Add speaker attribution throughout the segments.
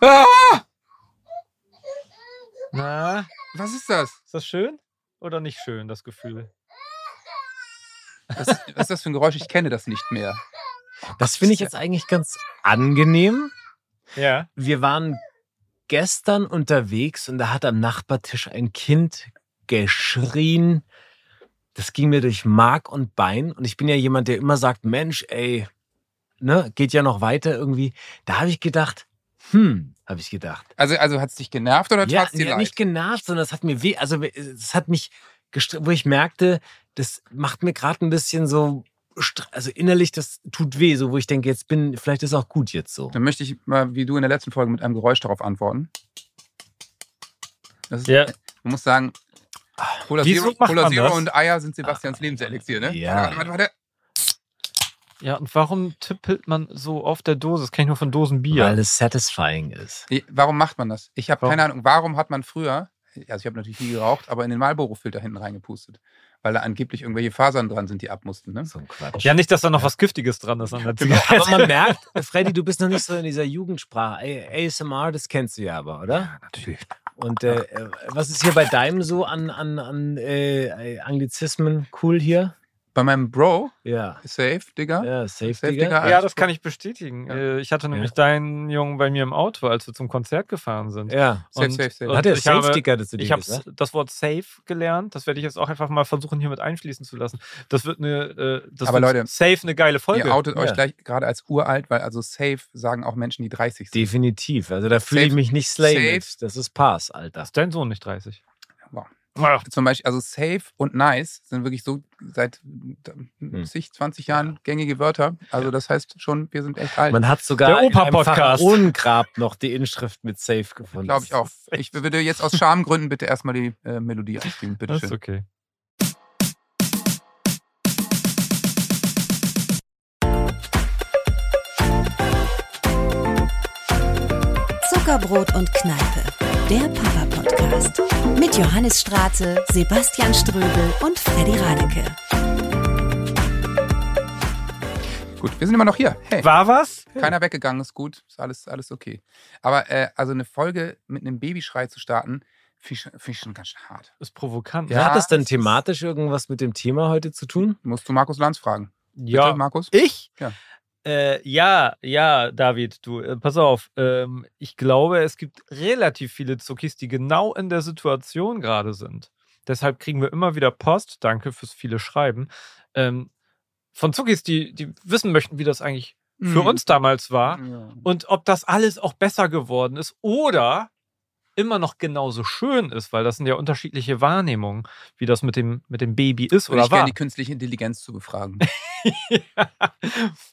Speaker 1: Ah!
Speaker 2: Na,
Speaker 1: Was ist das?
Speaker 2: ist das schön oder nicht schön, das Gefühl?
Speaker 1: Was, was ist das für ein Geräusch? Ich kenne das nicht mehr.
Speaker 3: Das finde ich jetzt eigentlich ganz angenehm.
Speaker 2: Ja.
Speaker 3: Wir waren gestern unterwegs und da hat am Nachbartisch ein Kind geschrien. Das ging mir durch Mark und Bein. Und ich bin ja jemand, der immer sagt, Mensch, ey, ne, geht ja noch weiter irgendwie. Da habe ich gedacht, hm, habe ich gedacht.
Speaker 1: Also, also hat es dich genervt oder
Speaker 3: Ja,
Speaker 1: tat es dir
Speaker 3: nee,
Speaker 1: leid?
Speaker 3: nicht genervt, sondern es hat mir weh, also es hat mich, gestre- wo ich merkte, das macht mir gerade ein bisschen so, stre- also innerlich, das tut weh, so wo ich denke, jetzt bin, vielleicht ist auch gut jetzt so.
Speaker 1: Dann möchte ich mal, wie du in der letzten Folge, mit einem Geräusch darauf antworten. Das ist,
Speaker 2: Ja.
Speaker 1: Man muss sagen, Cola
Speaker 2: Wieso
Speaker 1: Zero,
Speaker 2: macht man
Speaker 1: Cola Zero
Speaker 2: das?
Speaker 1: und Eier sind Sebastians Lebenselixier, ne?
Speaker 3: Ja.
Speaker 1: Warte, warte, warte.
Speaker 2: Ja, und warum tippelt man so auf der Dose? Das kenne ich nur von Dosenbier.
Speaker 3: Weil es satisfying ist.
Speaker 1: Nee, Warum macht man das? Ich habe
Speaker 2: Warum?
Speaker 1: keine Ahnung, warum hat man früher, also ich habe natürlich nie geraucht, aber in den Marlboro-Filter hinten reingepustet, weil da angeblich irgendwelche Fasern dran sind, die abmussten, ne?
Speaker 3: So ein Quatsch.
Speaker 2: ja, nicht, dass da noch was Giftiges dran ist an der Zigarette.
Speaker 3: Aber man merkt, äh, Freddy, du bist noch nicht so in dieser Jugendsprache. A- ASMR, das kennst du ja aber, oder?
Speaker 1: Natürlich.
Speaker 3: Und äh, äh, was ist hier bei deinem so an, an, an äh, Anglizismen cool hier?
Speaker 1: Bei meinem Bro,
Speaker 3: Ja.
Speaker 1: safe, Digga.
Speaker 3: Ja, safe,
Speaker 1: Safe,
Speaker 3: Digga.
Speaker 1: Digga.
Speaker 2: Ja, das kann ich bestätigen.
Speaker 1: Ja.
Speaker 2: Äh, Ich hatte nämlich deinen Jungen bei mir im Auto, als wir zum Konzert gefahren sind.
Speaker 3: Ja.
Speaker 1: Safe,
Speaker 2: Und-
Speaker 1: safe, safe.
Speaker 2: und
Speaker 3: Hat er
Speaker 2: ich habe-
Speaker 3: Safe Digga dazu
Speaker 2: Ich habe das Wort safe gelernt. Das werde ich jetzt auch einfach mal versuchen, hier mit einfließen zu lassen. Das wird eine, äh, das
Speaker 1: Aber
Speaker 2: wird
Speaker 1: Leute,
Speaker 2: safe eine geile Folge.
Speaker 1: Ihr outet euch
Speaker 3: Ja.
Speaker 1: gleich gerade als uralt, weil also safe sagen auch Menschen, die 30 sind.
Speaker 3: Definitiv. Also da fühle ich
Speaker 1: Safe.
Speaker 3: mich nicht slay
Speaker 1: Safe.
Speaker 3: mit. Das ist Pass, Alter.
Speaker 2: ist dein Sohn nicht 30?
Speaker 1: Wow.
Speaker 2: Ah,
Speaker 1: Zum Beispiel, also safe und nice sind wirklich so seit hm. 20 Jahren gängige Wörter. Also das heißt schon, wir sind echt alt.
Speaker 3: Man hat sogar
Speaker 2: Der
Speaker 3: in einem
Speaker 2: Opa-Podcast.
Speaker 3: Pharaonengrab noch die Inschrift mit Safe gefunden.
Speaker 1: Glaube ich auch. Ich würde jetzt aus Schamgründen bitte erstmal die äh, Melodie einspielen. Bitte
Speaker 2: Das ist
Speaker 1: schön.
Speaker 2: okay.
Speaker 4: Zuckerbrot und Kneipe, der Papa-Podcast. Mit Johannes Straße, Sebastian Ströbel und Freddy Radeke.
Speaker 1: Gut, wir sind immer noch hier. Hey,
Speaker 2: War was?
Speaker 1: keiner weggegangen, ist gut, ist alles, alles okay. Aber äh, also eine Folge mit einem Babyschrei zu starten, finde ich, schon- find ich schon ganz schön hart.
Speaker 2: Ist provokant.
Speaker 1: Ja,
Speaker 2: ne?
Speaker 3: hat das
Speaker 1: es
Speaker 3: dann
Speaker 1: ist-
Speaker 3: thematisch irgendwas mit dem Thema heute zu tun?
Speaker 1: Musst du Markus Lanz fragen.
Speaker 2: ja.
Speaker 1: Bitte, Markus?
Speaker 2: Ich?
Speaker 1: Ja.
Speaker 2: Äh, ja, ja, David, du, äh, pass auf. Ähm, ich glaube, es gibt relativ viele Zuckis, die genau in der Situation gerade sind. Deshalb kriegen wir immer wieder Post. Danke fürs viele Schreiben. Ähm, von Zuckis, die, die wissen möchten, wie das eigentlich für
Speaker 1: Hm.
Speaker 2: uns damals war
Speaker 1: Ja.
Speaker 2: und ob das alles auch besser geworden ist oder immer noch genauso schön ist, weil das sind ja unterschiedliche Wahrnehmungen, wie das mit dem, mit dem Baby ist
Speaker 1: Würde
Speaker 2: oder
Speaker 1: ich gerne
Speaker 2: war.
Speaker 1: die künstliche Intelligenz zu befragen.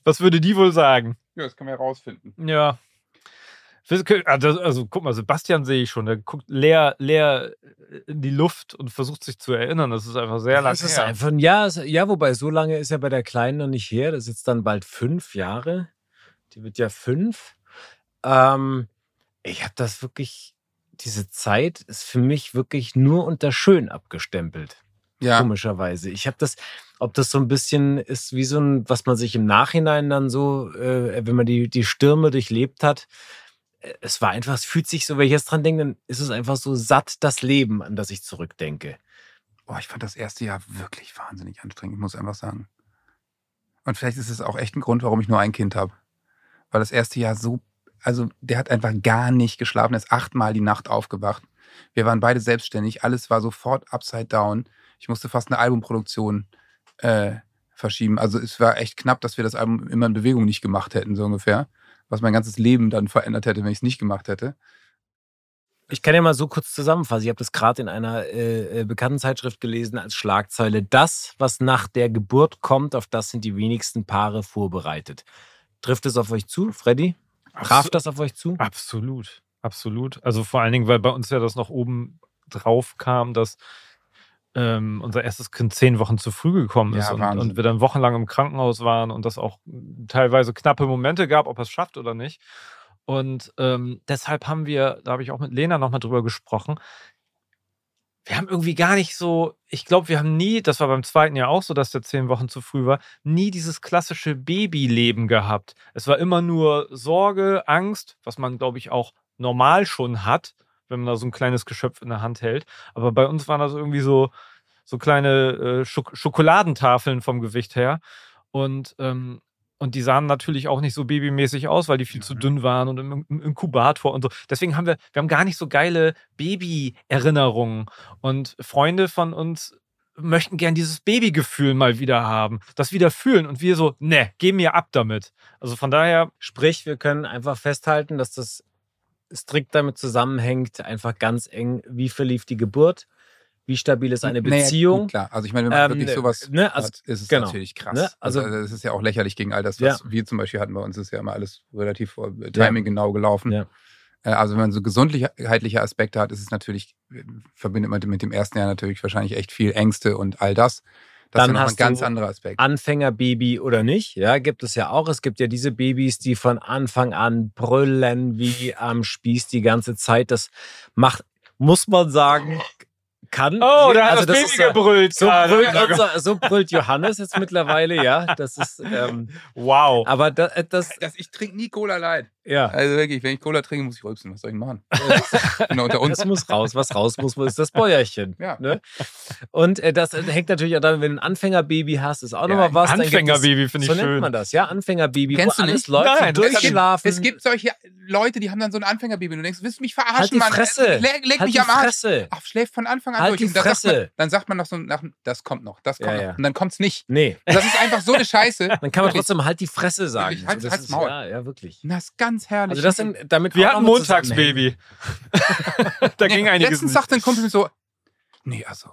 Speaker 2: Was würde die wohl sagen?
Speaker 1: ja, das können wir herausfinden.
Speaker 2: Ja. Wir können- Also, also guck mal, Sebastian sehe ich schon, der guckt leer, leer in die Luft und versucht sich zu erinnern. Das ist einfach sehr lange
Speaker 3: das ist
Speaker 2: her.
Speaker 3: einfach ein Jahr. ist- Ja, wobei, so lange ist ja bei der Kleinen noch nicht her. Das ist jetzt dann bald fünf Jahre. Die wird ja fünf. Ähm, ich habe das wirklich, diese Zeit ist für mich wirklich nur unter schön abgestempelt.
Speaker 1: Ja,
Speaker 3: komischerweise. Ich habe das, ob das so ein bisschen ist wie so ein, was man sich im Nachhinein dann so, äh, wenn man die, die Stürme durchlebt hat, äh, es war einfach, es fühlt sich so, wenn ich jetzt dran denke, dann ist es einfach so satt das Leben, an das ich zurückdenke.
Speaker 1: Boah, ich fand das erste Jahr wirklich wahnsinnig anstrengend, ich muss einfach sagen. Und vielleicht ist es auch echt ein Grund, warum ich nur ein Kind habe. Weil das erste Jahr so, also der hat einfach gar nicht geschlafen, er ist achtmal die Nacht aufgewacht. Wir waren beide selbstständig, alles war sofort upside down. Ich musste fast eine Albumproduktion äh, verschieben. Also es war echt knapp, dass wir das Album immer in Bewegung nicht gemacht hätten, so ungefähr. Was mein ganzes Leben dann verändert hätte, wenn ich es nicht gemacht hätte.
Speaker 3: Ich kann ja mal so kurz zusammenfassen. Ich habe das gerade in einer äh, äh, bekannten Zeitschrift gelesen als Schlagzeile. Das, was nach der Geburt kommt, auf das sind die wenigsten Paare vorbereitet. Trifft es auf euch zu, Freddy? Traf das auf euch zu?
Speaker 2: Absolut, absolut. Also vor allen Dingen, weil bei uns ja das noch oben drauf kam, dass ähm, unser erstes Kind zehn Wochen zu früh gekommen
Speaker 1: Ja,
Speaker 2: ist und,
Speaker 1: Wahnsinn.
Speaker 2: und wir dann wochenlang im Krankenhaus waren und das auch teilweise knappe Momente gab, ob er es schafft oder nicht. Und ähm, deshalb haben wir, da habe ich auch mit Lena nochmal drüber gesprochen, wir haben irgendwie gar nicht so, ich glaube, wir haben nie, das war beim zweiten Jahr auch so, dass der zehn Wochen zu früh war, nie dieses klassische Babyleben gehabt. Es war immer nur Sorge, Angst, was man, glaube ich, auch normal schon hat, wenn man da so ein kleines Geschöpf in der Hand hält. Aber bei uns waren das irgendwie so, so kleine äh, Schok Schokoladentafeln vom Gewicht her. Und, ähm, und die sahen natürlich auch nicht so babymäßig aus, weil die viel
Speaker 3: Mhm.
Speaker 2: zu dünn waren und im, im Inkubator und so. Deswegen haben wir, wir haben gar nicht so geile Baby-Erinnerungen. Und Freunde von uns möchten gern dieses Babygefühl mal wieder haben, das wieder fühlen und wir so, ne, geh mir ab damit. Also von
Speaker 3: Mhm.
Speaker 2: daher,
Speaker 3: Sprich, wir können einfach festhalten, dass das strikt damit zusammenhängt, einfach ganz eng, wie verlief die Geburt, wie stabil ist eine
Speaker 1: Naja, gut,
Speaker 3: Beziehung.
Speaker 1: klar, also ich meine, wenn man
Speaker 3: Ähm,
Speaker 1: wirklich sowas
Speaker 3: ne, also,
Speaker 1: hat, ist es
Speaker 3: genau,
Speaker 1: natürlich krass.
Speaker 3: ne, also-
Speaker 1: Also es ist ja auch lächerlich gegen all das, was wir zum Beispiel hatten. Bei uns ist ja immer alles relativ vor- timing genau gelaufen.
Speaker 3: Ja.
Speaker 1: Äh, Also wenn man so gesundheitliche Aspekte hat, ist es natürlich, äh, verbindet man mit dem ersten Jahr natürlich wahrscheinlich echt viel Ängste und all das. Das
Speaker 3: Dann
Speaker 1: ist ja noch
Speaker 3: hast
Speaker 1: ein ganz
Speaker 3: du
Speaker 1: anderer Aspekt.
Speaker 3: Anfängerbaby oder nicht, ja, gibt es ja auch. Es gibt ja diese Babys, die von Anfang an brüllen wie am Spieß die ganze Zeit. Das macht, muss man sagen, kann.
Speaker 2: oh, da hat
Speaker 3: also
Speaker 2: das,
Speaker 3: ist
Speaker 2: Baby
Speaker 3: ja-
Speaker 2: gebrüllt.
Speaker 3: So
Speaker 2: gerade.
Speaker 3: brüllt, unser, so brüllt Johannes jetzt mittlerweile, ja. Das ist, ähm,
Speaker 2: wow.
Speaker 3: aber da, äh, das,
Speaker 1: Das, ich trinke nie Cola Light.
Speaker 3: ja,
Speaker 1: Also wirklich, wenn ich Cola trinke, muss ich rülpsen. Was soll ich denn machen? ich bin doch unter uns.
Speaker 3: das muss raus. Was raus muss, ist das Bäuerchen.
Speaker 1: Ja.
Speaker 3: Ne? Und äh, das hängt natürlich auch daran, wenn du ein Anfängerbaby hast, ist auch
Speaker 1: Ja,
Speaker 3: nochmal was. dann gibt es-
Speaker 2: Anfängerbaby finde ich
Speaker 3: So nennt
Speaker 2: schön.
Speaker 3: man das, ja, Anfängerbaby.
Speaker 1: Kennst
Speaker 3: wo
Speaker 1: du
Speaker 3: alles
Speaker 1: nicht?
Speaker 3: läuft,
Speaker 2: Nein,
Speaker 3: so
Speaker 2: das-
Speaker 3: durchschlafen.
Speaker 1: Es gibt solche Leute, die haben dann so ein Anfängerbaby. Du denkst, willst du mich verarschen,
Speaker 3: halt die
Speaker 1: Mann?
Speaker 3: Fresse.
Speaker 1: Leg, leg
Speaker 3: halt
Speaker 1: mich
Speaker 3: die
Speaker 1: am Arsch.
Speaker 3: Fresse.
Speaker 1: Ach, schläft von Anfang an
Speaker 3: Halt
Speaker 1: durch.
Speaker 3: die
Speaker 1: Und dann, sagt man,
Speaker 3: Fresse.
Speaker 1: dann sagt man noch so nach, das kommt noch, das kommt
Speaker 3: Ja, ja.
Speaker 1: noch. Und dann kommt's nicht.
Speaker 3: Nee,
Speaker 1: Und das ist einfach so eine Scheiße.
Speaker 3: dann kann man
Speaker 1: Wirklich.
Speaker 3: trotzdem halt die Fresse sagen.
Speaker 1: Wirklich, halt-
Speaker 3: So, das
Speaker 1: halt's
Speaker 3: ist,
Speaker 1: Maul.
Speaker 3: Ja, ja, wirklich.
Speaker 1: Das ist ganz herrlich.
Speaker 3: Also das sind, damit
Speaker 2: wir
Speaker 3: auch
Speaker 2: hatten
Speaker 3: noch mal
Speaker 2: Montagsbaby. da ging einiges.
Speaker 1: Letztens
Speaker 2: nicht.
Speaker 1: sagte ein Kumpel mir so, nee, also,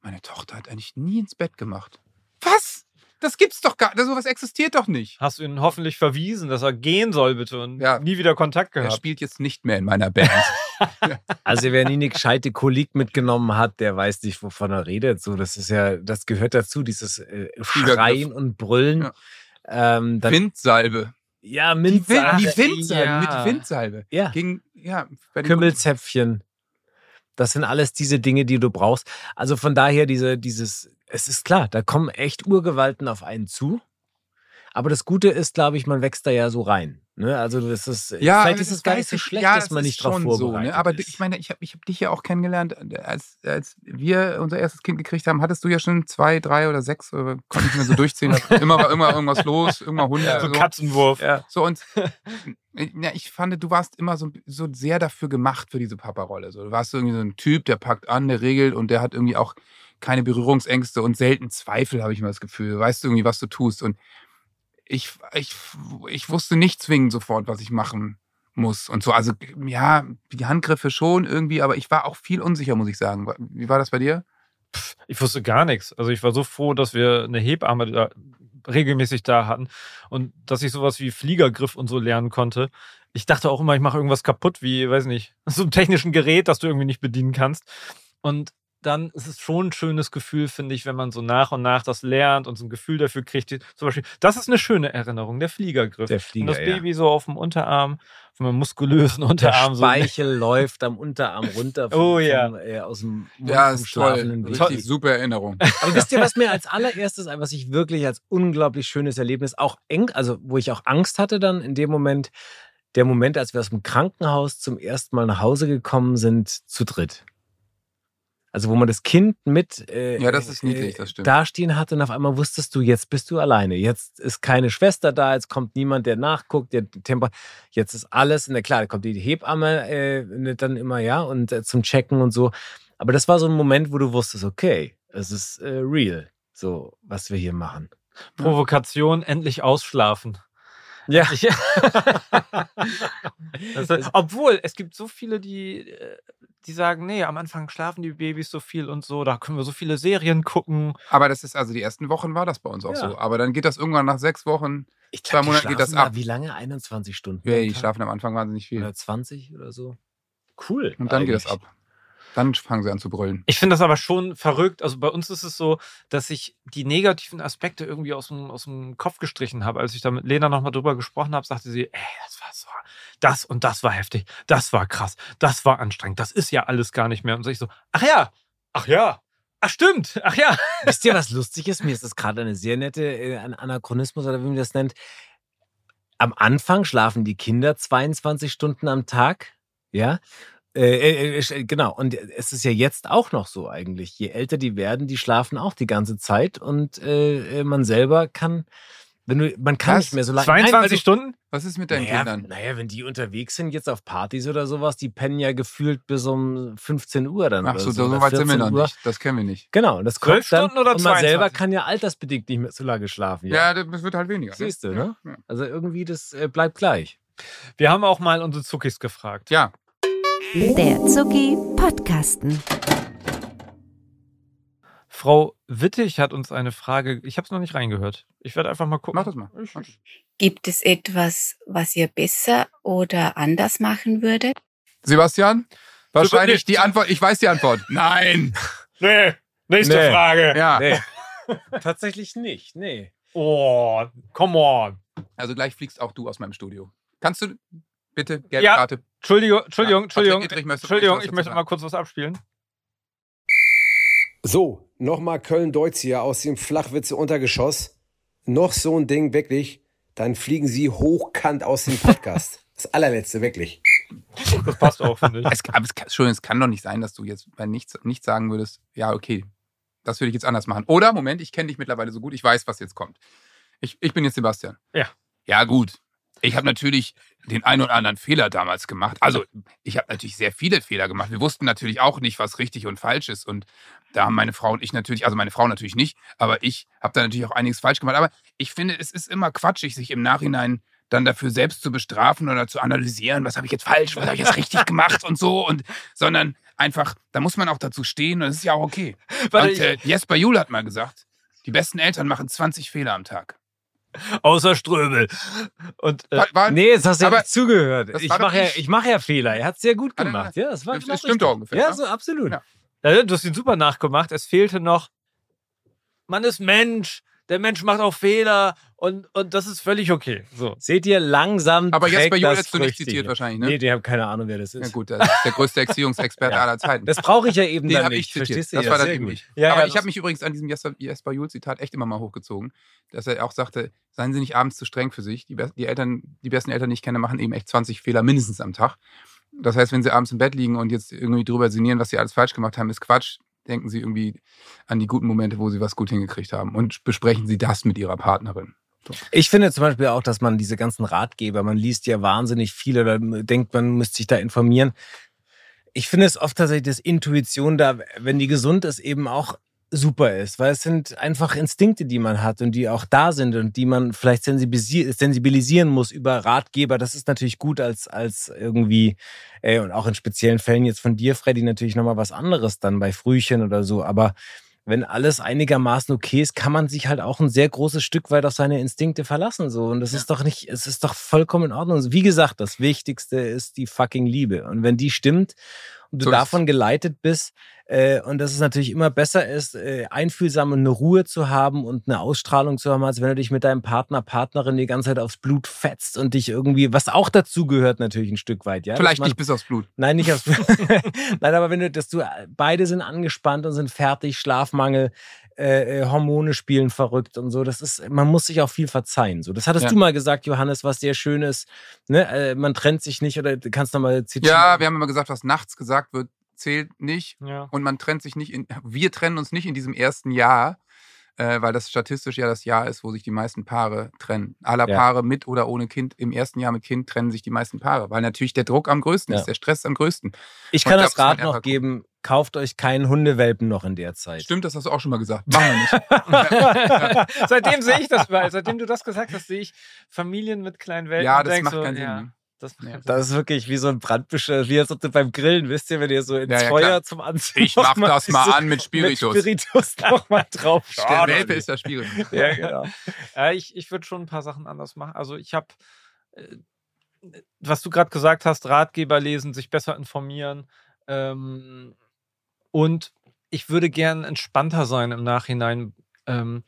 Speaker 1: meine Tochter hat eigentlich nie ins Bett gemacht. Was? Das gibt's doch gar nicht. Sowas existiert doch nicht.
Speaker 2: Hast du ihn hoffentlich verwiesen, dass er gehen soll bitte und
Speaker 1: Ja.
Speaker 2: nie wieder Kontakt
Speaker 1: Er
Speaker 2: gehabt?
Speaker 1: spielt jetzt nicht mehr in meiner Band.
Speaker 3: zusammenhängen. Also wer nie eine gescheite Kolik mitgenommen hat, der weiß nicht, wovon er redet. So, das ist ja, das gehört dazu, dieses äh, Schreien und Brüllen.
Speaker 1: Ja.
Speaker 3: Ähm, dann,
Speaker 1: Windsalbe.
Speaker 3: ja,
Speaker 1: Die, Win
Speaker 3: Minzsalbe.
Speaker 1: die Windsalbe.
Speaker 3: Ja.
Speaker 1: Mit Windsalbe.
Speaker 3: Ja.
Speaker 1: Gegen, ja, bei den-
Speaker 3: Kümmelzäpfchen. Das sind alles diese Dinge, die du brauchst. Also von daher diese, dieses, es ist klar, da kommen echt Urgewalten auf einen zu. Aber das Gute ist, glaube ich, man wächst da ja so rein. Ne? Also das ist,
Speaker 1: Ja,
Speaker 3: vielleicht
Speaker 1: aber
Speaker 3: ist
Speaker 1: das
Speaker 3: es gar
Speaker 1: weiß
Speaker 3: nicht so
Speaker 1: ich-
Speaker 3: schlecht,
Speaker 1: ja,
Speaker 3: dass
Speaker 1: das
Speaker 3: man
Speaker 1: ist
Speaker 3: nicht drauf
Speaker 1: schon
Speaker 3: vorbereitet
Speaker 1: So, ne? Aber
Speaker 3: ist.
Speaker 1: ich meine, ich habe ich hab dich ja auch kennengelernt, äh, als, als wir unser erstes Kind gekriegt haben, hattest du ja schon zwei, drei oder sechs, oder konnte ich nicht mehr so durchziehen. immer war immer irgendwas los, immer Hunde.
Speaker 2: so
Speaker 1: so.
Speaker 2: Katzenwurf.
Speaker 3: ja.
Speaker 1: So und ja, ich fand, du warst immer so, so sehr dafür gemacht für diese Papa-Rolle. So, du warst irgendwie so ein Typ, der packt an, der regelt und der hat irgendwie auch keine Berührungsängste und selten Zweifel, habe ich immer das Gefühl. Du weißt irgendwie, was du tust. Und ich, ich, ich wusste nicht zwingend sofort, was ich machen muss. Und so, also ja, die Handgriffe schon irgendwie, aber ich war auch viel unsicher, muss ich sagen. Wie war das bei dir?
Speaker 2: Ich wusste gar nichts. Also ich war so froh, dass wir eine Hebamme da regelmäßig da hatten und dass ich sowas wie Fliegergriff und so lernen konnte. Ich dachte auch immer, ich mache irgendwas kaputt, wie, weiß nicht, so ein technischen Gerät, das du irgendwie nicht bedienen kannst. Und dann ist es schon ein schönes Gefühl, finde ich, wenn man so nach und nach das lernt und so ein Gefühl dafür kriegt. Die- Zum Beispiel, das ist eine schöne Erinnerung, der Fliegergriff.
Speaker 3: Der
Speaker 2: und
Speaker 3: Flieger,
Speaker 2: das Baby so auf dem Unterarm, auf dem muskulösen
Speaker 3: Der
Speaker 2: Unterarm.
Speaker 1: ne?
Speaker 2: so-
Speaker 3: Speichel läuft am Unterarm runter vom,
Speaker 2: Oh ja.
Speaker 3: vom, äh, aus dem Mund vom
Speaker 1: ist toll.
Speaker 3: schlafenden Baby.
Speaker 1: Richtig super Erinnerung.
Speaker 3: Aber wisst ihr, was mir als allererstes, was ich wirklich als unglaublich schönes Erlebnis, auch eng, also wo ich auch Angst hatte dann in dem Moment, der Moment, als wir aus dem Krankenhaus zum ersten Mal nach Hause gekommen sind, zu dritt. Also wo man das Kind mit äh,
Speaker 1: Ja, das ist niedlich, das stimmt.
Speaker 3: dastehen hatte und auf einmal wusstest du, jetzt bist du alleine. Jetzt ist keine Schwester da, jetzt kommt niemand, der nachguckt, der Temper. Jetzt ist alles, na klar, da kommt die Hebamme äh, ne, dann immer, ja, und äh, zum Checken und so. Aber das war so ein Moment, wo du wusstest, okay, es ist äh, real, so was wir hier machen.
Speaker 2: Provokation, endlich ausschlafen.
Speaker 3: Ja.
Speaker 2: Ich, das, ist- Äh, obwohl, es gibt so viele, die, äh, die sagen, nee, am Anfang schlafen die Babys so viel und so, da können wir so viele Serien gucken.
Speaker 1: Aber das ist also die ersten Wochen war das bei uns auch
Speaker 3: Ja.
Speaker 1: so. Aber dann geht das irgendwann nach sechs Wochen.
Speaker 3: Ich
Speaker 1: Zwei
Speaker 3: die
Speaker 1: Monate geht
Speaker 3: schlafen
Speaker 1: das ab.
Speaker 3: da Wie lange? 21 Stunden?
Speaker 1: Ja,
Speaker 3: am
Speaker 1: die
Speaker 3: Tag?
Speaker 1: schlafen am Anfang wahnsinnig viel.
Speaker 3: Oder 20 oder so. Cool.
Speaker 1: Und dann geht das
Speaker 3: eigentlich.
Speaker 1: ab. Dann fangen sie an zu brüllen.
Speaker 2: Ich finde das aber schon verrückt. Also bei uns ist es so, dass ich die negativen Aspekte irgendwie aus dem, aus dem Kopf gestrichen habe. Als ich da mit Lena nochmal drüber gesprochen habe, sagte sie, ey, das war so, das und das war heftig, das war krass, das war anstrengend, das ist ja alles gar nicht mehr. Und so ich so, ach ja, ach ja, ach stimmt, ach ja.
Speaker 3: Wisst ihr, was lustig ist? Mir ist das gerade eine sehr nette äh, ein Anachronismus oder wie man das nennt. Am Anfang schlafen die Kinder 22 Stunden am Tag Ja. Äh, äh, äh, genau, und es ist ja jetzt auch noch so eigentlich. Je älter die werden, die schlafen auch die ganze Zeit und äh, man selber kann, wenn du, man kann
Speaker 1: Was?
Speaker 3: nicht mehr so lange. Nein,
Speaker 2: 22
Speaker 3: weil du-
Speaker 2: Stunden?
Speaker 1: Was ist mit deinen
Speaker 3: naja,
Speaker 1: Kindern?
Speaker 3: naja, wenn die unterwegs sind, jetzt auf Partys oder sowas, die pennen ja gefühlt bis um 15 Uhr dann.
Speaker 1: Ach
Speaker 3: oder
Speaker 1: so, so
Speaker 3: oder
Speaker 1: weit sind wir
Speaker 3: 14
Speaker 1: noch
Speaker 3: Uhr.
Speaker 1: nicht. Das kennen wir nicht.
Speaker 3: Genau, und das
Speaker 2: 12
Speaker 3: kommt dann,
Speaker 2: Stunden oder
Speaker 3: und man selber
Speaker 2: 22?
Speaker 3: kann ja altersbedingt nicht mehr so lange schlafen. Ja.
Speaker 1: Ja, das wird halt weniger.
Speaker 3: Siehst du,
Speaker 1: Ja,
Speaker 3: ne?
Speaker 1: ja.
Speaker 3: Also irgendwie, das äh, bleibt gleich.
Speaker 2: Wir haben auch mal unsere Zuckis gefragt.
Speaker 1: Ja,
Speaker 4: Der Zucki Podcasten.
Speaker 2: Frau Wittig hat uns eine Frage. Ich habe es noch nicht reingehört. Ich werde einfach mal gucken.
Speaker 1: mach das mal.
Speaker 2: Ich-
Speaker 1: Mach das.
Speaker 5: Gibt es etwas, was ihr besser oder anders machen würdet?
Speaker 1: Sebastian?
Speaker 2: wird
Speaker 1: Wahrscheinlich
Speaker 2: nicht.
Speaker 1: die Antwort. Ich weiß die Antwort. Nein.
Speaker 2: Nee, nächste
Speaker 3: Nee.
Speaker 2: Frage.
Speaker 1: Ja.
Speaker 3: Nee. Tatsächlich nicht, nee.
Speaker 2: Oh, come on.
Speaker 1: Also gleich fliegst auch du aus meinem Studio. Kannst du bitte gelbe
Speaker 2: Ja.
Speaker 1: Karte?
Speaker 2: Entschuldigung, Entschuldigung,
Speaker 1: Ja,
Speaker 2: Entschuldigung.
Speaker 1: Patrick Edrich möchte-
Speaker 2: Entschuldigung,
Speaker 1: möchte
Speaker 2: ich
Speaker 1: was
Speaker 2: möchte
Speaker 1: dazu
Speaker 2: mal kurz was abspielen.
Speaker 6: So, nochmal Köln-Deutz hier aus dem Flachwitze-Untergeschoss. Noch so ein Ding, wirklich. Dann fliegen sie hochkant aus dem Podcast. Das allerletzte, wirklich.
Speaker 2: Das passt auch, finde ich.
Speaker 1: Es, aber es, kann- Entschuldigung, es kann doch nicht sein, dass du jetzt bei nichts, nichts sagen würdest, ja, okay, das würde ich jetzt anders machen. Oder, Moment, ich kenne dich mittlerweile so gut, ich weiß, was jetzt kommt. Ich, ich bin jetzt Sebastian.
Speaker 2: Ja.
Speaker 1: Ja, gut. Ich habe natürlich den einen oder anderen Fehler damals gemacht. Also, ich habe natürlich sehr viele Fehler gemacht. Wir wussten natürlich auch nicht, was richtig und falsch ist. Und da haben meine Frau und ich natürlich, also meine Frau natürlich nicht, aber ich habe da natürlich auch einiges falsch gemacht. Aber ich finde, es ist immer quatschig, sich im Nachhinein dann dafür selbst zu bestrafen oder zu analysieren, was habe ich jetzt falsch, was habe ich jetzt richtig gemacht und so. Und sondern einfach, da muss man auch dazu stehen und das ist ja auch okay.
Speaker 2: Warte,
Speaker 1: und äh, Jesper Juhl hat mal gesagt, die besten Eltern machen 20 Fehler am Tag.
Speaker 2: Außer Ströbel. Und äh,
Speaker 1: War, war,
Speaker 3: Nee, jetzt hast du ja
Speaker 1: Aber
Speaker 3: nicht zugehört.
Speaker 1: das
Speaker 3: Ich
Speaker 1: war doch
Speaker 3: mache ja,
Speaker 1: ich.
Speaker 3: ich mach ja Fehler. Er hat es sehr gut
Speaker 1: Nein, nein,
Speaker 3: gemacht. Ja, das war
Speaker 1: Das
Speaker 3: genau
Speaker 1: stimmt doch ungefähr,
Speaker 3: Ja,
Speaker 1: ne?
Speaker 3: so absolut.
Speaker 1: Ja.
Speaker 2: ja, du hast ihn super nachgemacht. Es fehlte noch, man ist Mensch. Der Mensch macht auch Fehler und, und das ist völlig okay. So.
Speaker 3: Seht ihr, langsam
Speaker 1: aber
Speaker 3: trägt
Speaker 1: Jesper Juhl
Speaker 3: das
Speaker 1: hättest du nicht
Speaker 3: Früchte
Speaker 1: zitiert
Speaker 3: hier.
Speaker 1: wahrscheinlich,
Speaker 3: Nee,
Speaker 1: ne?
Speaker 3: die haben keine Ahnung, wer das ist.
Speaker 1: ja gut, das ist der größte Erziehungsexperte
Speaker 3: Ja.
Speaker 1: aller Zeiten.
Speaker 3: Das brauche ich ja eben
Speaker 1: Den
Speaker 3: dann
Speaker 1: habe
Speaker 3: nicht.
Speaker 1: ich zitiert.
Speaker 3: Verstehst du?
Speaker 1: Das
Speaker 3: Ja,
Speaker 1: war das
Speaker 3: sehr
Speaker 1: nämlich.
Speaker 3: gut. Ja,
Speaker 1: aber
Speaker 3: ja,
Speaker 1: ich
Speaker 3: das-
Speaker 1: habe mich übrigens an diesem Jesper, Jesper Juhl-Zitat echt immer mal hochgezogen, dass er auch sagte, seien Sie nicht abends zu streng für sich. Die, best- die, Eltern, die besten Eltern, die ich kenne, machen eben echt 20 Fehler mindestens am Tag. Das heißt, wenn Sie abends im Bett liegen und jetzt irgendwie drüber sinnieren, was Sie alles falsch gemacht haben, ist Quatsch. Denken Sie irgendwie an die guten Momente, wo Sie was gut hingekriegt haben und besprechen Sie das mit Ihrer Partnerin.
Speaker 3: Ich finde zum Beispiel auch, dass man diese ganzen Ratgeber, man liest ja wahnsinnig viel oder denkt, man müsste sich da informieren. Ich finde es oft tatsächlich, dass Intuition da, wenn die gesund ist, eben auch super ist, weil es sind einfach Instinkte, die man hat und die auch da sind und die man vielleicht sensibilisi- sensibilisieren muss über Ratgeber. Das ist natürlich gut als, als irgendwie, äh, und auch in speziellen Fällen jetzt von dir, Freddy, natürlich nochmal was anderes dann bei Frühchen oder so, aber wenn alles einigermaßen okay ist, kann man sich halt auch ein sehr großes Stück weit auf seine Instinkte verlassen. So. Und das ist doch nicht, es ist doch vollkommen in Ordnung. Wie gesagt, das Wichtigste ist die fucking Liebe. Und wenn die stimmt und du
Speaker 1: So ist es.
Speaker 3: davon geleitet bist, äh, und dass es natürlich immer besser ist, äh, einfühlsam und eine Ruhe zu haben und eine Ausstrahlung zu haben, als wenn du dich mit deinem Partner, Partnerin die ganze Zeit aufs Blut fetzt und dich irgendwie, was auch dazu gehört natürlich ein Stück weit, ja. dass
Speaker 1: Vielleicht
Speaker 3: man-
Speaker 1: nicht bis aufs Blut.
Speaker 3: Nein, nicht aus. Nein, aber wenn du, dass du äh, beide sind angespannt und sind fertig, Schlafmangel, äh, äh, Hormone spielen verrückt und so. Das ist, man muss sich auch viel verzeihen. So, das hattest
Speaker 1: Ja.
Speaker 3: du mal gesagt, Johannes, was sehr schön ist. Ne? Äh, man trennt sich nicht oder du kannst nochmal zitieren.
Speaker 1: Ja, wir haben immer gesagt, was nachts gesagt wird, zählt nicht.
Speaker 2: Ja.
Speaker 1: Und man trennt sich nicht in, wir trennen uns nicht in diesem ersten Jahr, äh, weil das statistisch ja das Jahr ist, wo sich die meisten Paare trennen. Aller
Speaker 3: Ja.
Speaker 1: Paare mit oder ohne Kind, im ersten Jahr mit Kind trennen sich die meisten Paare, weil natürlich der Druck am größten
Speaker 3: Ja.
Speaker 1: ist, der Stress am größten.
Speaker 3: ich
Speaker 1: Und
Speaker 3: kann
Speaker 1: da
Speaker 3: das
Speaker 1: muss man
Speaker 3: Rat
Speaker 1: einfach
Speaker 3: noch
Speaker 1: gucken.
Speaker 3: geben. Kauft euch keinen Hundewelpen noch in der Zeit.
Speaker 1: Stimmt, das hast du auch schon mal gesagt. Machen wir nicht.
Speaker 2: seitdem sehe ich das überall. Seitdem du das gesagt hast, sehe ich Familien mit kleinen Welten.
Speaker 1: ja,
Speaker 2: und
Speaker 1: das
Speaker 2: denk
Speaker 1: macht
Speaker 2: so,
Speaker 1: keinen Sinn.
Speaker 2: ja,
Speaker 1: ne?
Speaker 2: Das macht
Speaker 1: Ja.
Speaker 2: keinen Sinn.
Speaker 3: Das ist wirklich wie so ein Brandbeschiss, wie als ob du beim Grillen, wisst ihr, wenn ihr so ins
Speaker 1: Ja, ja,
Speaker 3: Feuer
Speaker 1: klar.
Speaker 3: zum Anziehen
Speaker 1: Ich mach
Speaker 3: noch mal
Speaker 1: das mal
Speaker 3: diese-
Speaker 1: an mit Spiritus.
Speaker 3: Mit Spiritus nochmal drauf.
Speaker 1: Der Welpe ist der Spiritus.
Speaker 3: Ja, genau.
Speaker 2: Ja, ich ich würde schon ein paar Sachen anders machen. Also ich habe, äh, was du gerade gesagt hast, Ratgeber lesen, sich besser informieren. Ähm, und ich würde gern entspannter sein im Nachhinein. Ähm,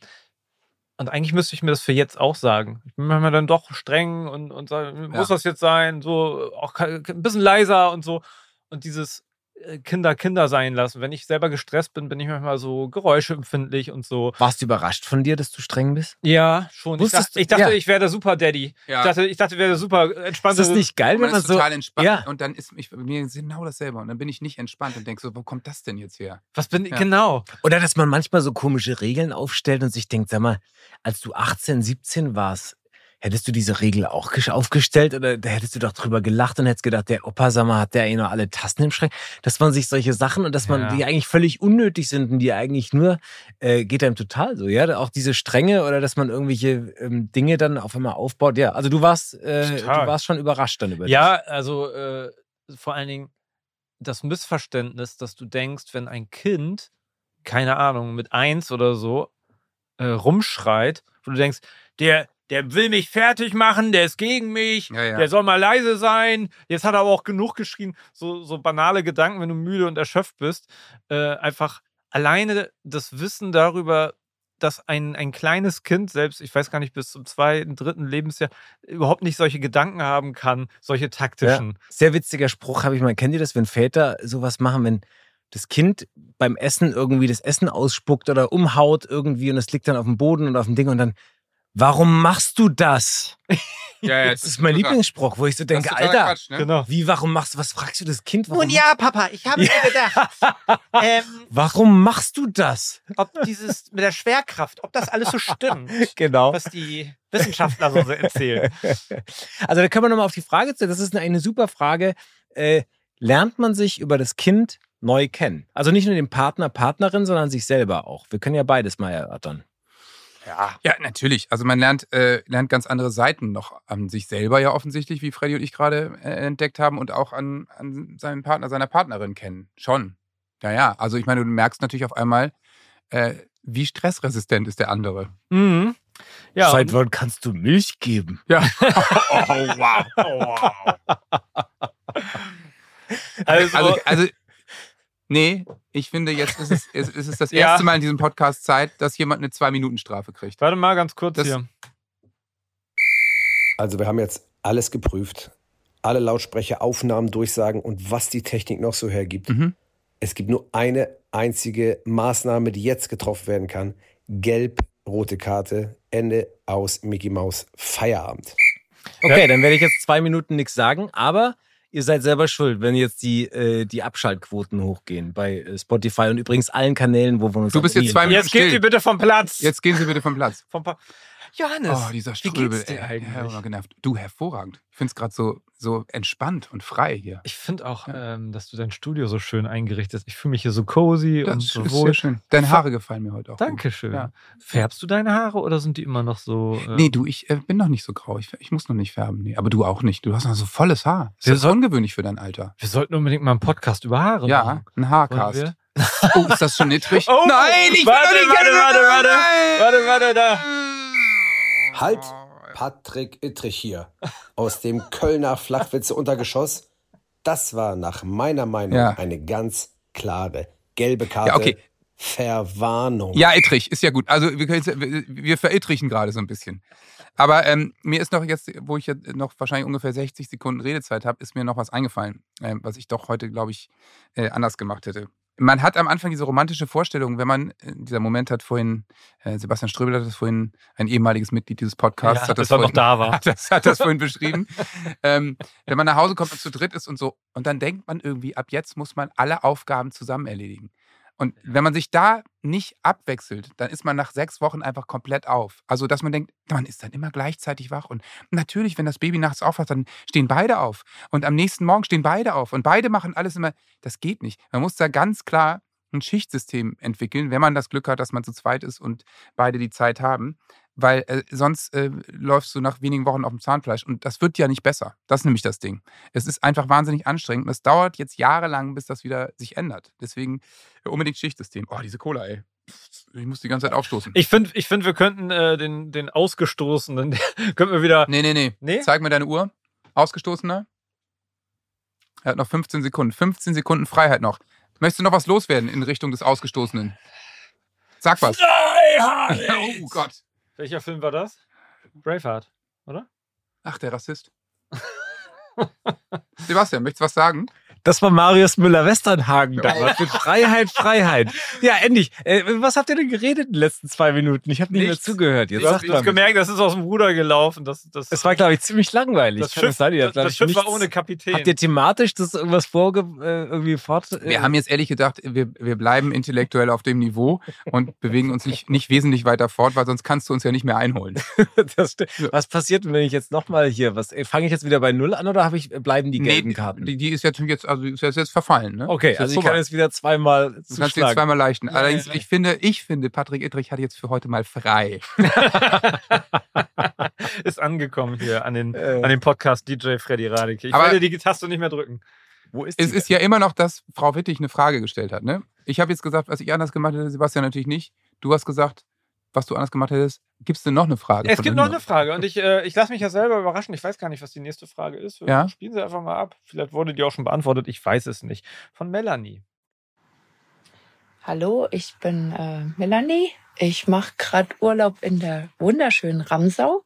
Speaker 2: und eigentlich müsste ich mir das für jetzt auch sagen. Ich bin manchmal dann doch streng und, und sage, muss das jetzt sein? So, auch ke- ein bisschen leiser und so. Und dieses, äh, äh, Kinder Kinder sein lassen. Wenn ich selber gestresst bin, bin ich manchmal so geräuschempfindlich und so.
Speaker 3: Warst du überrascht von dir, dass du streng bist?
Speaker 2: Ja, schon. Ich
Speaker 3: Wusstest
Speaker 2: dachte,
Speaker 3: du-
Speaker 2: ich, dachte
Speaker 3: ja.
Speaker 2: ich wäre der Super Daddy.
Speaker 1: Ja.
Speaker 2: Ich dachte, ich dachte, ich wäre der super
Speaker 3: Ist
Speaker 1: Also,
Speaker 2: entspannte.
Speaker 3: das nicht geil,
Speaker 1: Und man
Speaker 3: wenn man
Speaker 1: ist
Speaker 3: so.
Speaker 1: total entspannt
Speaker 3: ja.
Speaker 1: und dann ist ich, mir genau dasselbe und dann bin ich nicht entspannt und denke so, wo kommt das denn jetzt her?
Speaker 2: Was bin ich?
Speaker 1: Ja.
Speaker 2: Genau.
Speaker 3: Oder dass man manchmal so komische Regeln aufstellt und sich denkt, sag mal, als du 18, 17 warst, hättest du diese Regel auch gesch- aufgestellt oder da hättest du doch drüber gelacht und hättest gedacht, der Opa, sag mal, hat der eh noch alle Tassen im Schrank? Dass man sich solche Sachen und dass
Speaker 2: Ja.
Speaker 3: man, die eigentlich völlig unnötig sind und die eigentlich nur, äh, geht einem total so, ja? Auch diese Stränge oder dass man irgendwelche ähm, Dinge dann auf einmal aufbaut, ja. Also du warst, äh, du
Speaker 2: Total.
Speaker 3: warst schon überrascht dann über
Speaker 2: Ja, also äh, vor allen Dingen das Missverständnis, dass du denkst, wenn ein Kind, keine Ahnung, mit eins oder so äh, rumschreit, wo du denkst, der, der will mich fertig machen, der ist gegen mich,
Speaker 1: Ja, ja.
Speaker 2: der soll mal leise sein, jetzt hat er aber auch genug geschrien, so, so banale Gedanken, wenn du müde und erschöpft bist, äh, einfach alleine das Wissen darüber, dass ein, ein kleines Kind selbst, ich weiß gar nicht, bis zum zweiten, dritten Lebensjahr überhaupt nicht solche Gedanken haben kann, solche taktischen.
Speaker 3: Sehr witziger Spruch habe ich mal. Kennt ihr das, wenn Väter sowas machen, wenn das Kind beim Essen irgendwie das Essen ausspuckt oder umhaut irgendwie und es liegt dann auf dem Boden und auf dem Ding und dann, warum machst du das?
Speaker 1: Ja,
Speaker 3: Das ist mein Lieblingsspruch, wo ich so denke, Alter,
Speaker 1: Quatsch, ne?
Speaker 2: Genau.
Speaker 3: wie, warum machst du, was fragst du das Kind? Warum,
Speaker 7: Papa, ich habe mir gedacht, ähm,
Speaker 3: warum machst du das?
Speaker 7: ob dieses mit der Schwerkraft, ob das alles so stimmt,
Speaker 3: Genau.
Speaker 7: was die
Speaker 2: Wissenschaftler so erzählen.
Speaker 3: Also da können wir nochmal auf die Frage zu, das ist eine, eine super Frage. Äh, lernt man sich über das Kind neu kennen? Also nicht nur den Partner, Partnerin, sondern sich selber auch. Wir können ja beides mal erörtern.
Speaker 1: Ja, natürlich. Also man lernt, äh, lernt ganz andere Seiten noch an sich selber ja offensichtlich, wie Freddy und ich gerade äh, entdeckt haben und auch an, an seinen Partner, seiner Partnerin kennen. Schon. Ja, ja. Also ich meine, du merkst natürlich auf einmal, äh, wie stressresistent ist der andere.
Speaker 2: mhm. Ja, und-
Speaker 3: wann kannst du Milch geben?
Speaker 2: also,
Speaker 1: Also, also nee, ich finde, jetzt ist es, es ist es das
Speaker 2: Ja.
Speaker 1: erste Mal in diesem Podcast Zeit, dass jemand eine Zwei-Minuten-Strafe kriegt.
Speaker 2: warte mal ganz kurz
Speaker 1: Das-
Speaker 2: hier.
Speaker 6: Also wir haben jetzt alles geprüft. Alle Lautsprecher, Aufnahmen, Durchsagen und was die Technik noch so hergibt.
Speaker 1: Mhm.
Speaker 6: Es gibt nur eine einzige Maßnahme, die jetzt getroffen werden kann. Gelb, rote Karte, Ende aus Mickey Maus, Feierabend.
Speaker 3: Okay, dann werde ich jetzt zwei Minuten nichts sagen, aber ihr seid selber schuld, wenn jetzt die, äh, die Abschaltquoten hochgehen bei äh, Spotify und übrigens allen Kanälen, wo wir uns
Speaker 1: Du bist jetzt
Speaker 3: abonnieren.
Speaker 1: zwei
Speaker 2: Jetzt geht
Speaker 1: still.
Speaker 2: ihr bitte vom Platz.
Speaker 1: Jetzt gehen Sie bitte vom Platz.
Speaker 2: Vom pa Johannes,
Speaker 1: Oh, dieser
Speaker 2: wie
Speaker 1: Ströbel.
Speaker 2: geht's dir
Speaker 1: ey.
Speaker 2: eigentlich?
Speaker 1: Ja, ich war genervt. Du, hervorragend. Ich finde es gerade so, so entspannt und frei hier.
Speaker 2: ich finde auch, ähm, dass du dein Studio so schön eingerichtet hast. Ich fühle mich hier so cozy und so wohl.
Speaker 1: schön. Deine Haare gefallen mir heute auch.
Speaker 2: Dankeschön.
Speaker 1: Ja.
Speaker 2: Färbst du deine Haare oder sind die immer noch so? Äh,
Speaker 1: Gut. Nee, du, ich äh, bin noch nicht so grau. Ich, ich muss noch nicht färben. Nee, aber du auch nicht. Du hast noch so volles Haar. Das
Speaker 2: Wir
Speaker 1: ist ungewöhnlich für dein Alter.
Speaker 2: Wir sollten unbedingt mal einen Podcast über Haare
Speaker 1: Ja,
Speaker 2: machen.
Speaker 1: ein
Speaker 2: Wollen
Speaker 1: Haarcast.
Speaker 2: wir?
Speaker 1: Oh, ist das schon niedrig?
Speaker 2: Oh,
Speaker 1: Nein, ich
Speaker 2: warte,
Speaker 1: will doch
Speaker 2: warte,
Speaker 1: nicht
Speaker 2: warte, warte. Warte, warte, da.
Speaker 1: warte.
Speaker 6: Halt! Patrick Ittrich hier aus dem Kölner Flachwitze Untergeschoss. Das war nach meiner Meinung
Speaker 1: Ja.
Speaker 6: eine ganz klare gelbe Karte.
Speaker 1: Ja, okay.
Speaker 6: Verwarnung.
Speaker 1: Ja, Ittrich, ist ja gut. Also wir, können, wir, wir verittrichen gerade so ein bisschen. Aber ähm, mir ist noch jetzt, wo ich jetzt noch wahrscheinlich ungefähr 60 Sekunden Redezeit habe, ist mir noch was eingefallen, ähm, was ich doch heute, glaube ich, äh, anders gemacht hätte. Man hat am Anfang diese romantische Vorstellung, wenn man, äh, dieser Moment hat vorhin, äh, Sebastian Ströbel hat das vorhin, ein ehemaliges Mitglied dieses Podcasts,
Speaker 2: Ja,
Speaker 1: hat das
Speaker 2: bis er noch
Speaker 1: vorhin
Speaker 2: da war.
Speaker 1: hat das, hat das vorhin beschrieben. ähm, wenn man nach Hause kommt und zu dritt ist und so, und dann denkt man irgendwie, ab jetzt muss man alle Aufgaben zusammen erledigen. Und wenn man sich da nicht abwechselt, dann ist man nach sechs Wochen einfach komplett auf. Also, dass man denkt, man ist dann immer gleichzeitig wach. Und natürlich, wenn das Baby nachts aufwacht, dann stehen beide auf. Und am nächsten Morgen stehen beide auf. Und beide machen alles immer. Das geht nicht. Man muss da ganz klar ein Schichtsystem entwickeln, wenn man das Glück hat, dass man zu zweit ist und beide die Zeit haben. Weil äh, sonst äh, läufst du nach wenigen Wochen auf dem Zahnfleisch und das wird ja nicht besser. Das ist nämlich das Ding. Es ist einfach wahnsinnig anstrengend und es dauert jetzt jahrelang, bis das wieder sich ändert. Deswegen äh, unbedingt Schichtsystem. Oh, diese Cola, ey. Ich muss die ganze Zeit aufstoßen.
Speaker 2: Ich finde, ich find, wir könnten äh, den, den Ausgestoßenen, könnten wir wieder.
Speaker 1: nee, nee, nee,
Speaker 2: Nee?
Speaker 1: Zeig mir deine Uhr. Ausgestoßener. Er hat noch 15 Sekunden. 15 Sekunden Freiheit noch. Möchtest du noch was loswerden in Richtung des Ausgestoßenen? Sag was. Oh Gott.
Speaker 2: Welcher Film war das? Braveheart, oder?
Speaker 1: Ach, der Rassist. Sebastian, möchtest du was sagen?
Speaker 3: Das war Marius Müller-Westernhagen damals mit Freiheit, Freiheit. Ja, endlich. Äh, was habt ihr denn geredet in den letzten zwei Minuten? Ich habe nicht
Speaker 2: Nichts.
Speaker 3: mehr zugehört. Jetzt
Speaker 2: Du hast, du
Speaker 3: sagt
Speaker 2: hast
Speaker 3: man.
Speaker 2: gemerkt, das ist aus dem Ruder gelaufen. Das, das,
Speaker 3: Es war, glaube ich, ziemlich langweilig.
Speaker 2: das
Speaker 3: Kann
Speaker 2: Schiff,
Speaker 3: sein? Ihr
Speaker 2: das,
Speaker 3: habt, glaub
Speaker 2: das
Speaker 3: ich,
Speaker 2: Schiff war
Speaker 3: nichts-
Speaker 2: ohne Kapitän.
Speaker 3: Habt ihr thematisch das irgendwas vorge äh, irgendwie fort? äh,
Speaker 1: Wir haben jetzt ehrlich gedacht, wir, wir bleiben intellektuell auf dem Niveau und bewegen uns nicht, nicht wesentlich weiter fort, weil sonst kannst du uns ja nicht mehr einholen.
Speaker 3: das stimmt. was passiert, wenn ich jetzt nochmal hier was? äh, Fange ich jetzt wieder bei Null an oder habe ich äh, bleiben die gelben Karten?
Speaker 1: Die, die ist jetzt, jetzt, also die ist jetzt, jetzt verfallen. Ne?
Speaker 3: okay,
Speaker 1: Ist jetzt
Speaker 3: also ich kann
Speaker 1: vorbei.
Speaker 3: jetzt wieder zweimal
Speaker 1: Du kannst jetzt
Speaker 3: zuschlagen.
Speaker 1: zweimal leichten. Allerdings, ich finde, ich finde, Patrick Ittrich hat jetzt für heute mal frei.
Speaker 2: ist angekommen hier an den,
Speaker 3: Äh.
Speaker 2: an den Podcast DJ Freddy Radeke. Ich
Speaker 1: Aber-
Speaker 2: werde die Taste nicht mehr drücken.
Speaker 3: Wo ist
Speaker 1: Es
Speaker 3: die?
Speaker 1: ist ja immer noch, dass Frau Wittig eine Frage gestellt hat. Ne? Ich habe jetzt gesagt, was ich anders gemacht hätte, Sebastian natürlich nicht. Du hast gesagt, was du anders gemacht hättest. Gibst du noch eine Frage?
Speaker 2: Es
Speaker 1: von
Speaker 2: gibt
Speaker 1: Linda?
Speaker 2: noch eine Frage und ich, äh, ich lasse mich ja selber überraschen. Ich weiß gar nicht, was die nächste Frage ist.
Speaker 1: Ja.
Speaker 2: Spielen Sie einfach mal ab. Vielleicht wurde die auch schon beantwortet. Ich weiß es nicht. Von Melanie.
Speaker 8: Hallo, ich bin äh, Melanie. Ich mache gerade Urlaub in der wunderschönen Ramsau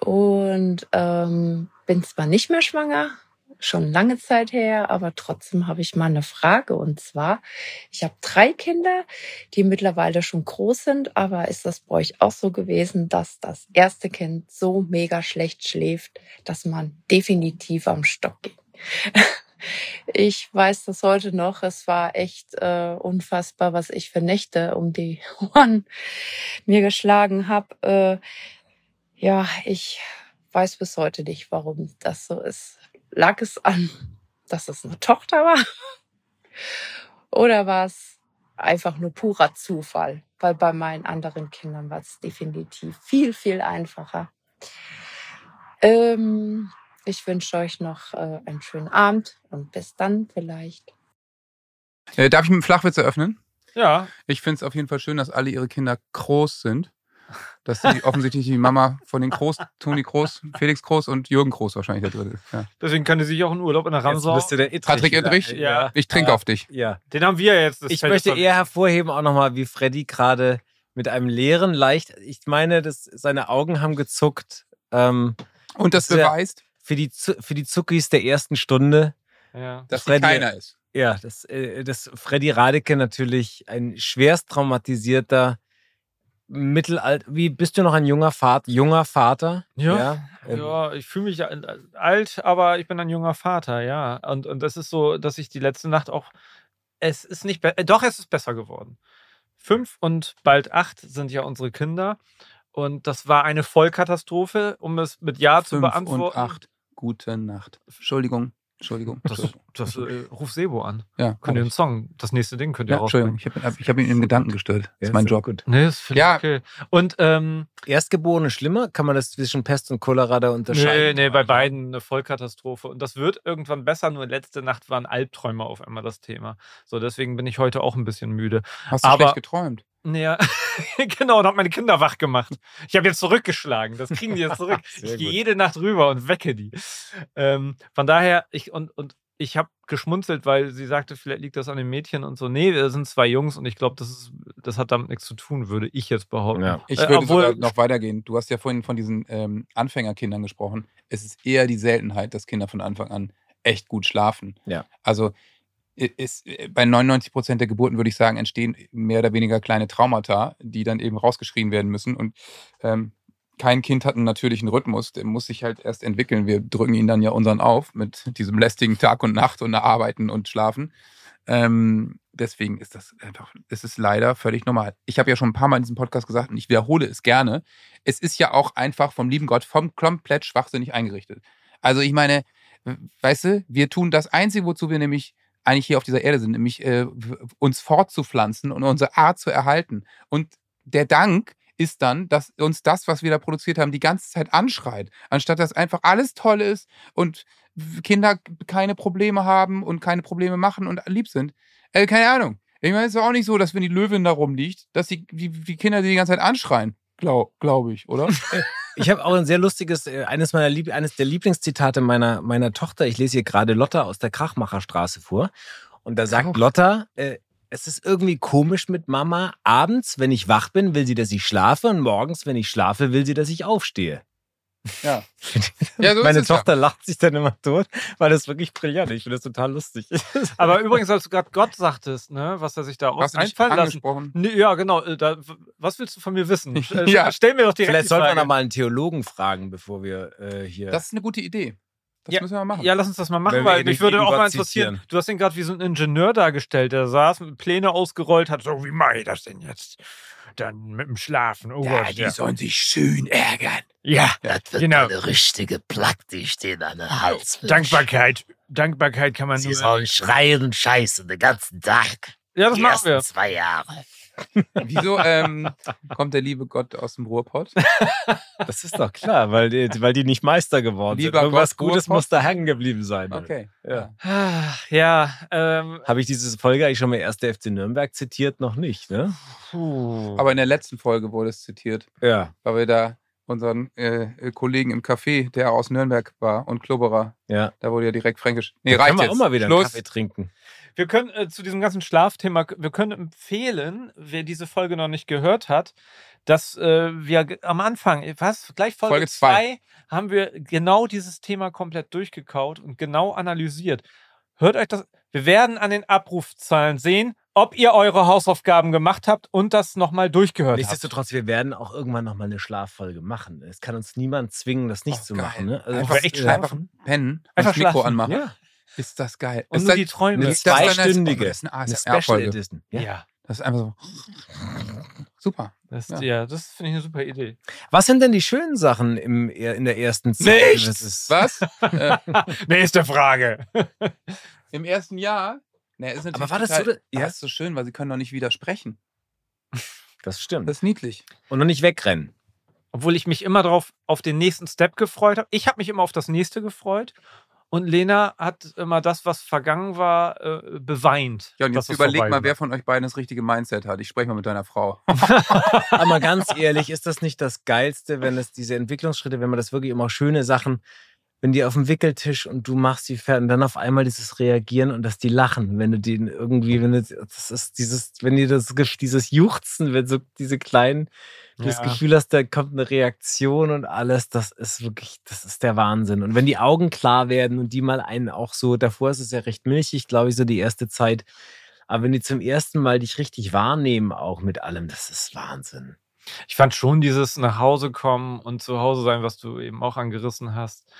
Speaker 8: und ähm, bin zwar nicht mehr schwanger, schon lange Zeit her, aber trotzdem habe ich mal eine Frage. Und zwar, ich habe drei Kinder, die mittlerweile schon groß sind, aber ist das bei euch auch so gewesen, dass das erste Kind so mega schlecht schläft, dass man definitiv am Stock ging? Ich weiß das heute noch. Es war echt äh, unfassbar, was ich für Nächte um die Ohren mir geschlagen habe. Äh, ja, ich weiß bis heute nicht, warum das so ist. Lag es an, dass es eine Tochter war? Oder war es einfach nur purer Zufall? Weil bei meinen anderen Kindern war es definitiv viel, viel einfacher. Ähm, ich wünsche euch noch äh, einen schönen Abend und bis dann vielleicht.
Speaker 1: Äh, darf ich mit einem Flachwitz eröffnen?
Speaker 2: Ja,
Speaker 1: Ich finde es auf jeden Fall schön, dass alle ihre Kinder groß sind. Dass sie offensichtlich die Mama von den Groß, Toni Groß, Felix Groß und Jürgen Groß wahrscheinlich der dritte ist. Ja.
Speaker 2: deswegen kann die sich auch einen Urlaub in der
Speaker 3: Jetzt
Speaker 2: Ramsau.
Speaker 3: müsste der Ittrich
Speaker 1: Patrick
Speaker 3: wieder-
Speaker 1: Ittrich?
Speaker 3: Ja.
Speaker 1: Ich trinke
Speaker 3: Ja.
Speaker 1: auf dich.
Speaker 3: ja.
Speaker 2: Den haben wir jetzt. das
Speaker 3: Ich
Speaker 2: fällt
Speaker 3: möchte
Speaker 2: jetzt-
Speaker 3: eher hervorheben auch nochmal, wie Freddy gerade mit einem leeren leicht, ich meine, dass seine Augen haben gezuckt ähm,
Speaker 1: Und das
Speaker 3: Das ist ja-
Speaker 1: beweist,
Speaker 3: für, die, Zu- für die Zuckis der ersten Stunde.
Speaker 2: Ja.
Speaker 1: dass sie
Speaker 3: Freddy-
Speaker 1: keiner ist.
Speaker 3: Ja, dass, äh, dass Freddy Radeke natürlich ein schwerst traumatisierter Mittelalt, wie bist du noch ein junger Vater? Junger Vater?
Speaker 2: Ja.
Speaker 3: ähm,
Speaker 2: Ja, ich fühle mich alt, aber ich bin ein junger Vater, ja. Und, und das ist so, dass ich die letzte Nacht auch. Es ist nicht be- äh, Doch, es ist besser geworden. Fünf und bald acht sind ja unsere Kinder. Und das war eine Vollkatastrophe, um es mit Ja zu
Speaker 1: Fünf und
Speaker 2: beantworten.
Speaker 1: acht. Gute Nacht. Entschuldigung. Entschuldigung.
Speaker 2: Das, das äh, ruf Sebo an.
Speaker 1: ja,
Speaker 2: Könnt ihr
Speaker 1: komm.
Speaker 2: den Song, das nächste Ding könnt ihr
Speaker 1: Oh. ja,
Speaker 2: ja,
Speaker 1: Entschuldigung.
Speaker 2: rausbringen.
Speaker 1: Ich habe ich hab ihn in Gedanken gestört. Das
Speaker 3: ja,
Speaker 1: ist mein
Speaker 3: so
Speaker 1: Job.
Speaker 3: Gut.
Speaker 2: Nee, ist völlig
Speaker 1: Ja.
Speaker 2: okay. Und ähm,
Speaker 3: Erstgeborene schlimmer? Kann man das zwischen Pest und Cholera da
Speaker 2: nee,
Speaker 3: unterscheiden?
Speaker 2: nee, bei beiden eine Vollkatastrophe. Und das wird irgendwann besser, nur letzte Nacht waren Albträume auf einmal das Thema. So, deswegen bin ich heute auch ein bisschen müde.
Speaker 1: Hast du
Speaker 2: Aber-
Speaker 1: schlecht geträumt?
Speaker 2: Naja, genau, und habe meine Kinder wach gemacht. Ich habe jetzt zurückgeschlagen. Das kriegen die jetzt zurück.
Speaker 3: Sehr
Speaker 2: ich gehe
Speaker 3: gut.
Speaker 2: jede Nacht rüber und wecke die. Ähm, von daher, ich und, und ich habe geschmunzelt, weil sie sagte, vielleicht liegt das an den Mädchen und so. Nee, wir sind zwei Jungs und ich glaube, das, ist- das hat damit nichts zu tun, würde ich jetzt behaupten.
Speaker 3: Ja.
Speaker 1: Ich
Speaker 2: Äh,
Speaker 1: würde
Speaker 2: obwohl-
Speaker 1: sogar noch weitergehen. Du hast ja vorhin von diesen ähm, Anfängerkindern gesprochen. Es ist eher die Seltenheit, dass Kinder von Anfang an echt gut schlafen.
Speaker 3: Ja.
Speaker 1: Also i- ist, äh, bei 99 Prozent der Geburten, würde ich sagen, entstehen mehr oder weniger kleine Traumata, die dann eben rausgeschrien werden müssen. Und ähm, kein Kind hat einen natürlichen Rhythmus, der muss sich halt erst entwickeln. Wir drücken ihn dann ja unseren auf mit diesem lästigen Tag und Nacht und Arbeiten und Schlafen. Ähm, deswegen ist das einfach, es ist leider völlig normal. Ich habe ja schon ein paar Mal in diesem Podcast gesagt und ich wiederhole es gerne. Es ist ja auch einfach vom lieben Gott vom komplett schwachsinnig eingerichtet. Also ich meine, weißt du, wir tun das Einzige, wozu wir nämlich eigentlich hier auf dieser Erde sind, nämlich äh, w- uns fortzupflanzen und unsere Art zu erhalten. Und der Dank ist dann, dass uns das, was wir da produziert haben, die ganze Zeit anschreit, anstatt dass einfach alles toll ist und Kinder keine Probleme haben und keine Probleme machen und lieb sind. Äh, keine Ahnung. Ich meine, es ist auch nicht so, dass wenn die Löwin da rumliegt, dass die, die, die Kinder die, die ganze Zeit anschreien. Glaube glaub ich, oder?
Speaker 3: Ich habe auch ein sehr lustiges, äh, eines meiner Lieb eines der Lieblingszitate meiner, meiner Tochter. Ich lese hier gerade Lotta aus der Krachmacherstraße vor. Und da sagt Lotta, äh, es ist irgendwie komisch mit Mama. Abends, wenn ich wach bin, will sie, dass ich schlafe. Und morgens, wenn ich schlafe, will sie, dass ich aufstehe.
Speaker 1: Ja. Ja, so
Speaker 3: Meine
Speaker 1: ist es ja.
Speaker 3: Tochter lacht sich dann immer tot, weil das ist wirklich brillant. Ich finde das total lustig.
Speaker 2: Aber übrigens, als du gerade Gott sagtest, ne, was er sich da aus
Speaker 1: Hast du dich
Speaker 2: einfallen lassen.
Speaker 1: angesprochen?
Speaker 2: Nee, ja, genau. äh, Da, w- was willst du von mir wissen? Sch- äh,
Speaker 1: Ja.
Speaker 2: Stell mir doch direkt
Speaker 3: Vielleicht
Speaker 2: die
Speaker 3: sollten wir
Speaker 2: Frage.
Speaker 3: noch mal einen Theologen fragen, bevor wir äh, hier.
Speaker 1: Das ist eine gute Idee. Das müssen wir mal machen.
Speaker 2: Ja, lass uns das mal
Speaker 3: Wenn
Speaker 2: machen,
Speaker 3: wir
Speaker 2: weil
Speaker 3: ihn
Speaker 2: mich
Speaker 3: nicht
Speaker 2: würde
Speaker 3: gegen
Speaker 2: auch
Speaker 3: Gott
Speaker 2: mal interessieren.
Speaker 3: zitieren.
Speaker 2: Du hast ihn gerade wie so ein Ingenieur dargestellt, der saß, Pläne ausgerollt hat, so, wie mache ich das denn jetzt? Dann mit dem Schlafen. Oh Gott, ja.
Speaker 1: sollen sich schön ärgern.
Speaker 2: ja,
Speaker 9: Das wird
Speaker 2: Genau.
Speaker 9: eine richtige Plack, die ich denen an den Hals wirf.
Speaker 2: Dankbarkeit. Dankbarkeit kann man
Speaker 9: Sie
Speaker 2: nur.
Speaker 9: sollen schreien und scheißen den ganzen Tag.
Speaker 2: Ja, das
Speaker 9: die
Speaker 2: machen
Speaker 9: ersten
Speaker 2: wir.
Speaker 9: zwei Jahre.
Speaker 1: Wieso ähm, kommt der liebe Gott aus dem Ruhrpott?
Speaker 3: Das ist doch klar, weil die, weil die nicht Meister geworden
Speaker 1: Lieber
Speaker 3: sind. Irgendwas
Speaker 1: Gott,
Speaker 3: Gutes
Speaker 1: Ruhrpott.
Speaker 3: muss da hängen geblieben sein.
Speaker 1: Okay.
Speaker 3: Ja.
Speaker 2: Ah, Ja, ähm,
Speaker 3: Habe ich diese Folge eigentlich schon mal erst der FC Nürnberg zitiert? Noch nicht, ne?
Speaker 2: puh.
Speaker 1: Aber in der letzten Folge wurde es zitiert,
Speaker 3: Ja,
Speaker 1: weil wir da unseren äh, äh, Kollegen im Café, der aus Nürnberg war und Kloberer,
Speaker 3: ja.
Speaker 1: da wurde ja direkt fränkisch. Nee,
Speaker 3: Können
Speaker 1: reicht
Speaker 3: wir
Speaker 1: jetzt.
Speaker 3: auch mal wieder einen
Speaker 1: Schluss.
Speaker 3: Kaffee trinken.
Speaker 2: Wir können äh, zu diesem ganzen Schlafthema, wir können empfehlen, wer diese Folge noch nicht gehört hat, dass äh, wir ge- am Anfang, äh, was, gleich Folge
Speaker 1: Folge zwei.
Speaker 2: 2, haben wir genau dieses Thema komplett durchgekaut und genau analysiert. Hört euch das, wir werden an den Abrufzahlen sehen, ob ihr eure Hausaufgaben gemacht habt und das nochmal durchgehört habt.
Speaker 3: Nichtsdestotrotz, wir werden auch irgendwann nochmal eine Schlaffolge machen. Es kann uns niemand zwingen, das nicht
Speaker 1: Oh,
Speaker 3: zu
Speaker 1: geil.
Speaker 3: machen. Ne?
Speaker 1: Einfach
Speaker 2: Einfach echt
Speaker 3: äh,
Speaker 2: schlafen.
Speaker 1: Pennen,
Speaker 2: Einfach
Speaker 1: das Mikro
Speaker 2: schlafen.
Speaker 1: anmachen.
Speaker 3: Ja,
Speaker 1: Ist das geil.
Speaker 2: Und
Speaker 1: ist
Speaker 2: nur
Speaker 1: das,
Speaker 2: die Träume.
Speaker 3: eine
Speaker 1: ist das dann als-
Speaker 3: zweistündige,
Speaker 1: oh, das ist eine
Speaker 3: eine
Speaker 1: ASMR
Speaker 3: Special
Speaker 1: Folge.
Speaker 3: Edition.
Speaker 2: Ja.
Speaker 3: Ja.
Speaker 1: Das ist einfach so. Super.
Speaker 2: das, ja.
Speaker 1: Ja.
Speaker 2: das finde ich eine super Idee.
Speaker 3: Was sind denn die schönen Sachen im, in der ersten Zeit?
Speaker 1: Nichts!
Speaker 3: Das ist-
Speaker 1: Was? äh,
Speaker 2: Nächste Frage.
Speaker 1: Im ersten Jahr? Na, ist natürlich
Speaker 3: war das
Speaker 1: total,
Speaker 3: so- ja.
Speaker 1: ja. ist so schön, weil sie können doch nicht widersprechen.
Speaker 3: Das stimmt.
Speaker 1: Das ist niedlich.
Speaker 3: Und noch nicht wegrennen.
Speaker 2: obwohl ich mich immer darauf auf den nächsten Step gefreut habe. Ich habe mich immer auf das nächste gefreut. Und Lena hat immer das, was vergangen war, äh, beweint.
Speaker 1: Ja, und
Speaker 2: dass
Speaker 1: jetzt
Speaker 2: es
Speaker 1: überleg
Speaker 2: vorbei
Speaker 1: mal, wer
Speaker 2: war.
Speaker 1: von euch beiden das richtige Mindset hat. Ich spreche mal mit deiner Frau.
Speaker 3: Aber mal ganz ehrlich, ist das nicht das Geilste, wenn es diese Entwicklungsschritte, wenn man das wirklich immer schöne Sachen, wenn die auf dem Wickeltisch und du machst die fertig und dann auf einmal dieses Reagieren und dass die lachen, wenn du den irgendwie, wenn du, das ist dieses, wenn dir das, Ge- dieses Juchzen, wenn so diese kleinen, du das
Speaker 2: Ja.
Speaker 3: Gefühl hast, da kommt eine Reaktion und alles, das ist wirklich, das ist der Wahnsinn. Und wenn die Augen klar werden und die mal einen auch so, davor ist es ja recht milchig, glaube ich, so die erste Zeit. Aber wenn die zum ersten Mal dich richtig wahrnehmen, auch mit allem, das ist Wahnsinn.
Speaker 2: Ich fand schon dieses nach Hause kommen und zu Hause sein, was du eben auch angerissen hast.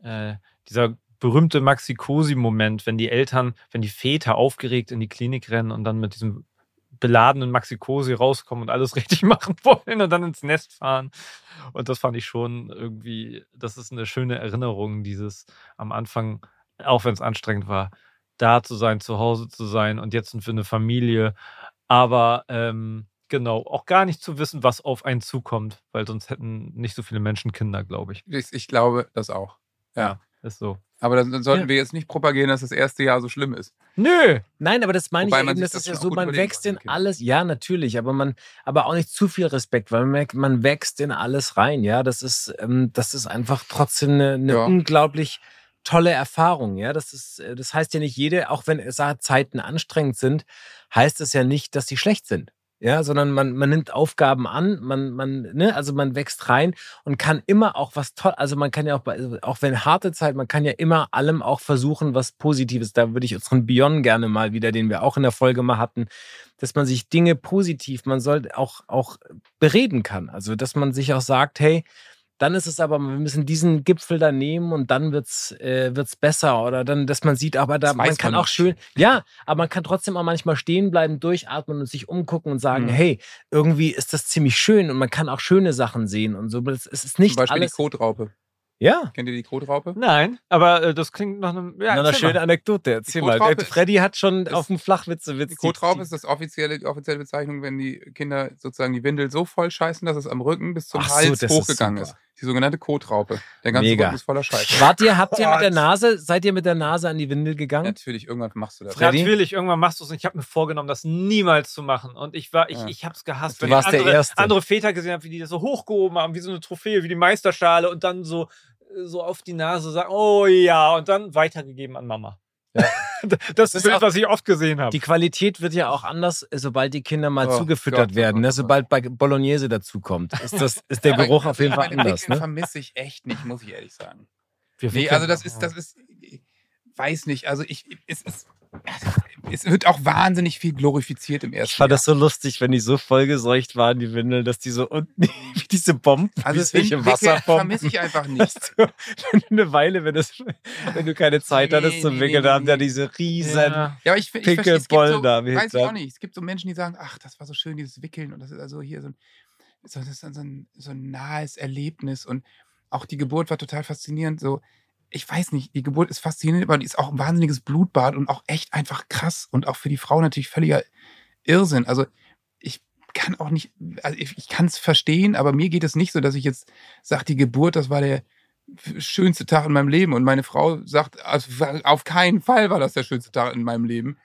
Speaker 2: Äh, dieser berühmte Maxi-Cosi-Moment, wenn die Eltern, wenn die Väter aufgeregt in die Klinik rennen und dann mit diesem beladenen Maxi-Cosi rauskommen und alles richtig machen wollen und dann ins Nest fahren. Und das fand ich schon irgendwie, das ist eine schöne Erinnerung, dieses am Anfang, auch wenn es anstrengend war, da zu sein, zu Hause zu sein und jetzt sind wir eine Familie. Aber ähm, genau, auch gar nicht zu wissen, was auf einen zukommt, weil sonst hätten nicht so viele Menschen Kinder, glaube ich.
Speaker 1: Ich, ich glaube das auch. Ja.
Speaker 2: Ist so.
Speaker 1: Aber dann, dann sollten
Speaker 3: Ja.
Speaker 1: wir jetzt nicht propagieren, dass das erste Jahr so schlimm ist.
Speaker 2: Nö!
Speaker 3: Nein, aber das meine
Speaker 1: Wobei
Speaker 3: ich
Speaker 1: man
Speaker 3: eben,
Speaker 1: sich
Speaker 3: das
Speaker 1: das
Speaker 3: ist ja
Speaker 1: schon
Speaker 3: so,
Speaker 1: gut
Speaker 3: man
Speaker 1: überlegen
Speaker 3: wächst in
Speaker 1: kann, Kind.
Speaker 3: alles, ja, natürlich, aber man, aber auch nicht zu viel Respekt, weil man merkt, man wächst in alles rein, ja, das ist, ähm, das ist einfach trotzdem eine, eine
Speaker 1: Ja.
Speaker 3: unglaublich tolle Erfahrung, ja, das ist, äh, das heißt ja nicht jede, auch wenn es sagt, Zeiten anstrengend sind, heißt es ja nicht, dass sie schlecht sind. Ja, sondern man, man nimmt Aufgaben an, man, man, ne, also man wächst rein und kann immer auch was toll, also man kann ja auch, bei, also auch wenn harte Zeit, man kann ja immer allem auch versuchen, was Positives. Da würde ich unseren Bion gerne mal wieder, den wir auch in der Folge mal hatten, dass man sich Dinge positiv, man soll auch, auch bereden kann. Also, dass man sich auch sagt, hey, dann ist es aber, wir müssen diesen Gipfel da nehmen und dann wird's, äh, wird's besser oder dann, dass man sieht, aber da,
Speaker 1: Das
Speaker 3: man
Speaker 1: weiß
Speaker 3: kann
Speaker 1: man
Speaker 3: auch
Speaker 1: nicht.
Speaker 3: schön, ja, aber man kann trotzdem auch manchmal stehen bleiben, durchatmen und sich umgucken und sagen,
Speaker 1: Mhm.
Speaker 3: hey, irgendwie ist das ziemlich schön und man kann auch schöne Sachen sehen und so. Es es ist nicht
Speaker 1: Zum Beispiel
Speaker 3: alles.
Speaker 1: die Kotraupe.
Speaker 3: Ja.
Speaker 1: Kennt ihr die Kotraupe?
Speaker 2: Nein, aber äh, das klingt nach einem. Ja,
Speaker 3: Na, eine
Speaker 2: erzähl
Speaker 3: schöne
Speaker 2: mal.
Speaker 3: Anekdote, erzähl
Speaker 1: Die
Speaker 3: mal. Äh,
Speaker 1: Kohltraube-
Speaker 3: Freddy hat schon
Speaker 1: Das-
Speaker 3: auf dem Flachwitzewitz.
Speaker 1: Die Kotraupe ist das offizielle, die offizielle Bezeichnung, wenn die Kinder sozusagen die Windel so voll scheißen, dass es am Rücken bis zum
Speaker 3: Ach so,
Speaker 1: Hals
Speaker 3: das ist
Speaker 1: hochgegangen ist,
Speaker 3: super.
Speaker 1: Die sogenannte Kotraupe. Der ganze
Speaker 3: Mega.
Speaker 1: Rücken ist voller Scheiße.
Speaker 3: Wart ihr, habt ihr mit der Nase, seid ihr mit der Nase an die Windel gegangen?
Speaker 1: Natürlich, irgendwann machst du das.
Speaker 3: Freddy?
Speaker 2: Natürlich, irgendwann machst du es. Ich habe mir vorgenommen, das niemals zu machen. Und ich war, ich,
Speaker 1: Ja.
Speaker 2: ich habe es gehasst,
Speaker 3: Du
Speaker 2: ich
Speaker 3: warst der
Speaker 2: andere,
Speaker 3: Erste.
Speaker 2: andere Väter gesehen habe, wie die das so hochgehoben haben, wie so eine Trophäe, wie die äh, Meisterschale und dann so, so auf die Nase sagen, oh ja, und dann weitergegeben an Mama. Das
Speaker 3: Das
Speaker 2: ist
Speaker 3: ist
Speaker 2: Bild,
Speaker 3: auch-
Speaker 2: was ich oft gesehen habe.
Speaker 3: Die Qualität wird ja auch anders, sobald die Kinder mal
Speaker 1: Oh
Speaker 3: zugefüttert
Speaker 1: Gott,
Speaker 3: werden,
Speaker 1: oh
Speaker 3: ne?
Speaker 1: Gott, oh
Speaker 3: sobald bei Bolognese dazukommt. Ist, das, ist der
Speaker 1: Aber-
Speaker 3: Geruch auf jeden
Speaker 1: aber
Speaker 3: Fall
Speaker 1: meine
Speaker 3: anders.
Speaker 1: Pickel
Speaker 3: Ne?
Speaker 1: vermisse ich echt nicht, muss ich ehrlich sagen.
Speaker 2: Wir
Speaker 1: Nee,
Speaker 2: wickeln-
Speaker 1: also das ist, das ist, ich weiß nicht, also ich, es ist, es wird auch wahnsinnig viel glorifiziert im ersten
Speaker 3: Ich fand das so lustig, wenn die so vollgeseucht waren, die Windeln, dass die so unten wie diese Bomben,
Speaker 1: Jahr. Also
Speaker 3: wie
Speaker 1: es
Speaker 3: solche
Speaker 1: sind Wickel
Speaker 3: Wasserbomben.
Speaker 1: vermisse ich einfach
Speaker 3: Dass
Speaker 1: nicht.
Speaker 3: du, wenn du eine Weile, wenn, das, wenn du keine Zeit
Speaker 1: Nee,
Speaker 3: hattest zum
Speaker 1: nee,
Speaker 3: Wickeln,
Speaker 1: nee,
Speaker 3: da haben
Speaker 1: nee.
Speaker 3: da diese riesen
Speaker 2: Ja.
Speaker 1: Ja, aber ich, ich
Speaker 3: Pinke
Speaker 1: verstehe, es gibt so,
Speaker 3: Bolder, wie
Speaker 1: weiß ich
Speaker 3: gesagt.
Speaker 1: auch nicht, es gibt so Menschen, die sagen, ach, das war so schön, dieses Wickeln und das ist also hier so ein, so, das ist dann so ein, so ein nahes Erlebnis und auch die Geburt war total faszinierend, so, ich weiß nicht, die Geburt ist faszinierend, aber die ist auch ein wahnsinniges Blutbad und auch echt einfach krass und auch für die Frau natürlich völliger Irrsinn, also ich kann auch nicht, also ich, ich kann es verstehen, aber mir geht es nicht so, dass ich jetzt sage, die Geburt, das war der schönste Tag in meinem Leben und meine Frau sagt, also auf keinen Fall war das der schönste Tag in meinem Leben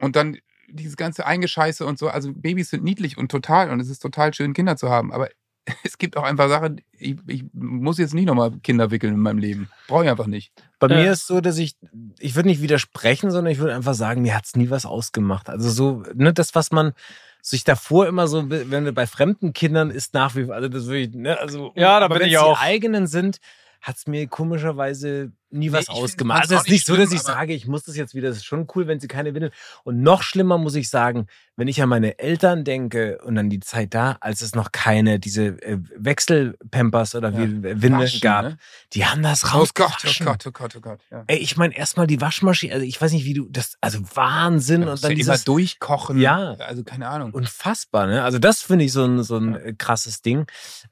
Speaker 1: und dann dieses ganze Eingescheiße und so. Also Babys sind niedlich und total und es ist total schön, Kinder zu haben. Aber es gibt auch einfach Sachen, ich, ich muss jetzt nicht nochmal Kinder wickeln in meinem Leben. Brauche ich einfach nicht.
Speaker 3: Bei
Speaker 2: Ja.
Speaker 3: mir ist so, dass ich, ich würde nicht widersprechen, sondern ich würde einfach sagen, mir hat's nie was ausgemacht. Also so, ne, das, was man sich davor immer so, be- wenn wir bei fremden Kindern ist nach wie vor, also das würde ich, ne, also.
Speaker 2: Ja, da
Speaker 3: aber
Speaker 2: bin
Speaker 3: wenn's
Speaker 2: ich auch.
Speaker 3: die eigenen sind, hat's mir komischerweise nie was
Speaker 1: ich find-
Speaker 3: ausgemacht.
Speaker 1: fand's
Speaker 3: Also es
Speaker 1: auch
Speaker 3: ist nicht
Speaker 1: nicht
Speaker 3: so, dass
Speaker 1: schlimm,
Speaker 3: ich
Speaker 1: aber-
Speaker 3: sage, ich muss das jetzt wieder, das ist schon cool, wenn sie keine Windeln. Und noch schlimmer muss ich sagen, wenn ich an meine Eltern denke und an die Zeit da, als es noch keine, diese äh, Wechselpampers oder
Speaker 1: Ja.
Speaker 3: wie, Windeln
Speaker 1: Waschen,
Speaker 3: gab,
Speaker 1: ne?
Speaker 3: die haben das
Speaker 1: Oh
Speaker 3: rausgewaschen.
Speaker 1: Gott, oh Gott, oh Gott, oh Gott. Ja.
Speaker 3: Ey, ich meine erstmal die Waschmaschine, also ich weiß nicht, wie du das, also Wahnsinn
Speaker 1: Ja,
Speaker 3: und
Speaker 1: und
Speaker 3: dann
Speaker 1: ja immer
Speaker 3: dieses
Speaker 1: durchkochen.
Speaker 3: Ja.
Speaker 1: Also keine Ahnung.
Speaker 3: unfassbar, ne? Also das finde ich so ein so ein äh, krasses Ding.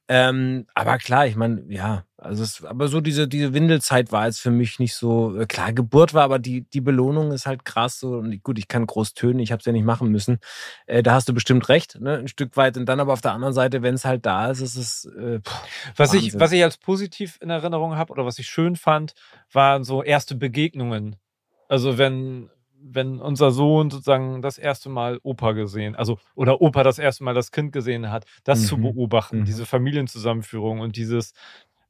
Speaker 3: Ähm, aber klar, ich meine, ja, also es, aber so diese diese Windelzeit war jetzt für mich nicht so äh, klar. Geburt war, aber die die Belohnung ist halt krass so und ich- gut, ich kann groß tönen, ich habe es ja nicht machen müssen. Äh, da hast du bestimmt recht, ne? Ein Stück weit und dann aber auf der anderen Seite, wenn es halt da ist, ist es äh, pff,
Speaker 2: Was ich,
Speaker 3: Wahnsinn.
Speaker 2: was ich als positiv in Erinnerung habe oder was ich schön fand, waren so erste Begegnungen. Also wenn, wenn unser Sohn sozusagen das erste Mal Opa gesehen, also oder Opa das erste Mal das Kind gesehen hat, das zu
Speaker 3: Mhm.
Speaker 2: beobachten,
Speaker 3: Mhm.
Speaker 2: diese Familienzusammenführung und dieses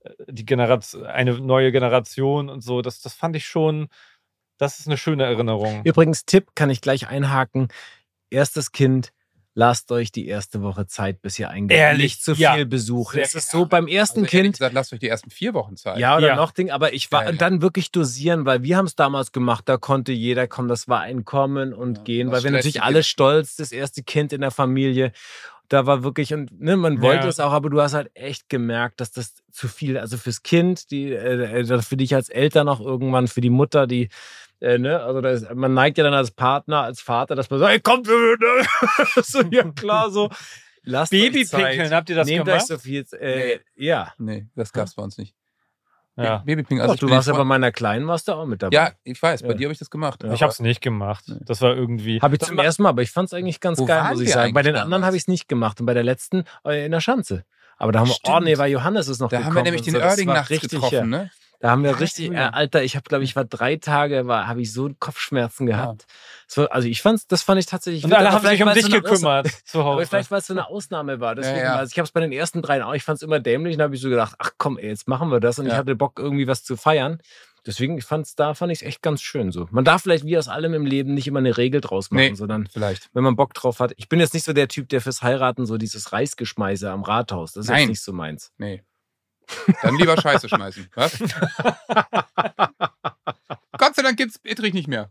Speaker 2: äh, die Generation, eine neue Generation und so, das, das fand ich schon, das ist eine schöne Erinnerung.
Speaker 3: Übrigens, Tipp kann ich gleich einhaken. Erstes Kind, lasst euch die erste Woche Zeit, bis ihr eingeht.
Speaker 2: Ehrlich?
Speaker 3: Nicht zu viel
Speaker 2: Ja.
Speaker 3: Besuch.
Speaker 2: Sehr
Speaker 3: Es ist so beim ersten
Speaker 1: Also ehrlich
Speaker 3: Kind.
Speaker 1: gesagt, lasst euch die ersten vier Wochen Zeit.
Speaker 3: Ja, oder
Speaker 2: Ja.
Speaker 3: noch Ding, aber ich war
Speaker 1: Geil.
Speaker 3: und dann wirklich dosieren, weil wir haben es damals gemacht, da konnte jeder kommen, das war ein Kommen und
Speaker 1: Ja,
Speaker 3: Gehen,
Speaker 1: was
Speaker 3: weil wir natürlich
Speaker 1: Stressige.
Speaker 3: alle stolz, das erste Kind in der Familie, da war wirklich, und ne, man wollte
Speaker 2: Ja.
Speaker 3: es auch, aber du hast halt echt gemerkt, dass das zu viel, also fürs Kind, die, äh, äh, für dich als Eltern auch irgendwann, für die Mutter, die, äh, ne, also da ist, man neigt ja dann als Partner, als Vater, dass man sagt, ey, kommt, wir- ne? so, ja klar, so. Lasst euch
Speaker 2: Babypinkeln,
Speaker 3: Zeit.
Speaker 2: habt ihr das
Speaker 3: Nehmt euch
Speaker 2: gemacht?
Speaker 3: so viel, äh, ja.
Speaker 1: Nee, das gab es bei uns nicht.
Speaker 2: ja.
Speaker 1: Babyping.
Speaker 3: Also
Speaker 1: Also
Speaker 3: Doch,
Speaker 1: ich
Speaker 3: du
Speaker 1: bin
Speaker 3: warst ja
Speaker 1: jetzt
Speaker 3: bei
Speaker 1: voll-
Speaker 3: meiner Kleinen, warst du auch mit dabei.
Speaker 1: Ja, ich weiß, bei
Speaker 3: Ja.
Speaker 1: dir habe ich das gemacht.
Speaker 2: Ich habe es nicht gemacht. Das war irgendwie.
Speaker 3: Habe ich zum ersten Mal, aber ich fand es eigentlich ganz
Speaker 1: Wo
Speaker 3: geil,
Speaker 1: waren
Speaker 3: muss ich
Speaker 1: wir
Speaker 3: sagen. Bei
Speaker 1: eigentlich
Speaker 3: den anderen
Speaker 1: damals?
Speaker 3: habe ich es nicht gemacht und bei der letzten äh, in der Schanze. Aber da haben wir, oh
Speaker 1: Stimmt.
Speaker 3: nee, weil Johannes ist noch
Speaker 1: Da haben
Speaker 3: gekommen.
Speaker 1: wir nämlich
Speaker 3: und
Speaker 1: den
Speaker 3: so. Das
Speaker 1: Oerding
Speaker 3: war
Speaker 1: nachts
Speaker 3: richtig,
Speaker 1: getroffen,
Speaker 3: Ja.
Speaker 1: ne?
Speaker 3: Da haben wir
Speaker 1: Keine
Speaker 3: richtig, äh,
Speaker 1: Ahnung.
Speaker 3: Alter, ich habe, glaube ich, war drei Tage, war, habe ich so Kopfschmerzen gehabt. Es War, also ich fand's, das fand ich tatsächlich.
Speaker 2: und alle
Speaker 3: Aber
Speaker 2: haben sich
Speaker 3: vielleicht,
Speaker 2: um
Speaker 3: weil es
Speaker 2: dich
Speaker 3: so eine Ausna-
Speaker 2: gekümmert zu
Speaker 3: Aber
Speaker 2: Hause.
Speaker 3: vielleicht, weil es so eine Ausnahme war. Deswegen,
Speaker 1: ja.
Speaker 3: Also ich habe es bei den ersten dreien auch, ich fand es immer dämlich und habe ich so gedacht, ach komm, ey, jetzt machen wir das. Und ich
Speaker 1: Ja.
Speaker 3: hatte Bock, irgendwie was zu feiern. Deswegen, ich fand's da, fand ich es echt ganz schön so. Man darf vielleicht wie aus allem im Leben nicht immer eine Regel draus machen,
Speaker 1: Nee.
Speaker 3: sondern
Speaker 1: Vielleicht.
Speaker 3: wenn man Bock drauf hat. Ich bin jetzt nicht so der Typ, der fürs Heiraten so dieses Reisgeschmeiße am Rathaus. Das ist jetzt
Speaker 1: Nein.
Speaker 3: nicht so meins.
Speaker 1: Nee. Dann lieber Scheiße schmeißen. Was? Gott sei Dank gibt's Ittrich nicht mehr.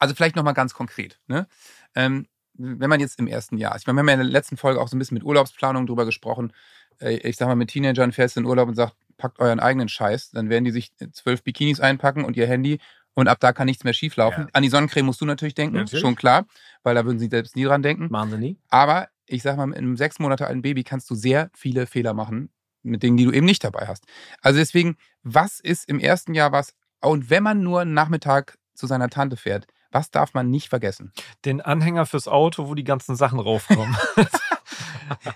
Speaker 1: Also vielleicht nochmal ganz konkret. Ne? Ähm, wenn man jetzt im ersten Jahr ist, ich meine, wir haben ja in der letzten Folge auch so ein bisschen mit Urlaubsplanung drüber gesprochen. Äh, Ich sag mal, mit Teenagern fährst du in Urlaub und sagt, packt euren eigenen Scheiß. Dann werden die sich äh, zwölf Bikinis einpacken und ihr Handy und ab da kann nichts mehr schieflaufen.
Speaker 3: Ja.
Speaker 1: An die Sonnencreme musst du natürlich denken,
Speaker 3: Natürlich.
Speaker 1: schon klar, weil da würden sie selbst nie dran denken.
Speaker 3: Machen sie nie.
Speaker 1: Aber ich sag mal, mit einem sechs Monate alten Baby kannst du sehr viele Fehler machen, mit Dingen, die du eben nicht dabei hast. Also deswegen, was ist im ersten Jahr was? Und wenn man nur einen Nachmittag zu seiner Tante fährt, was darf man nicht vergessen?
Speaker 2: den Anhänger fürs Auto, wo die ganzen Sachen raufkommen.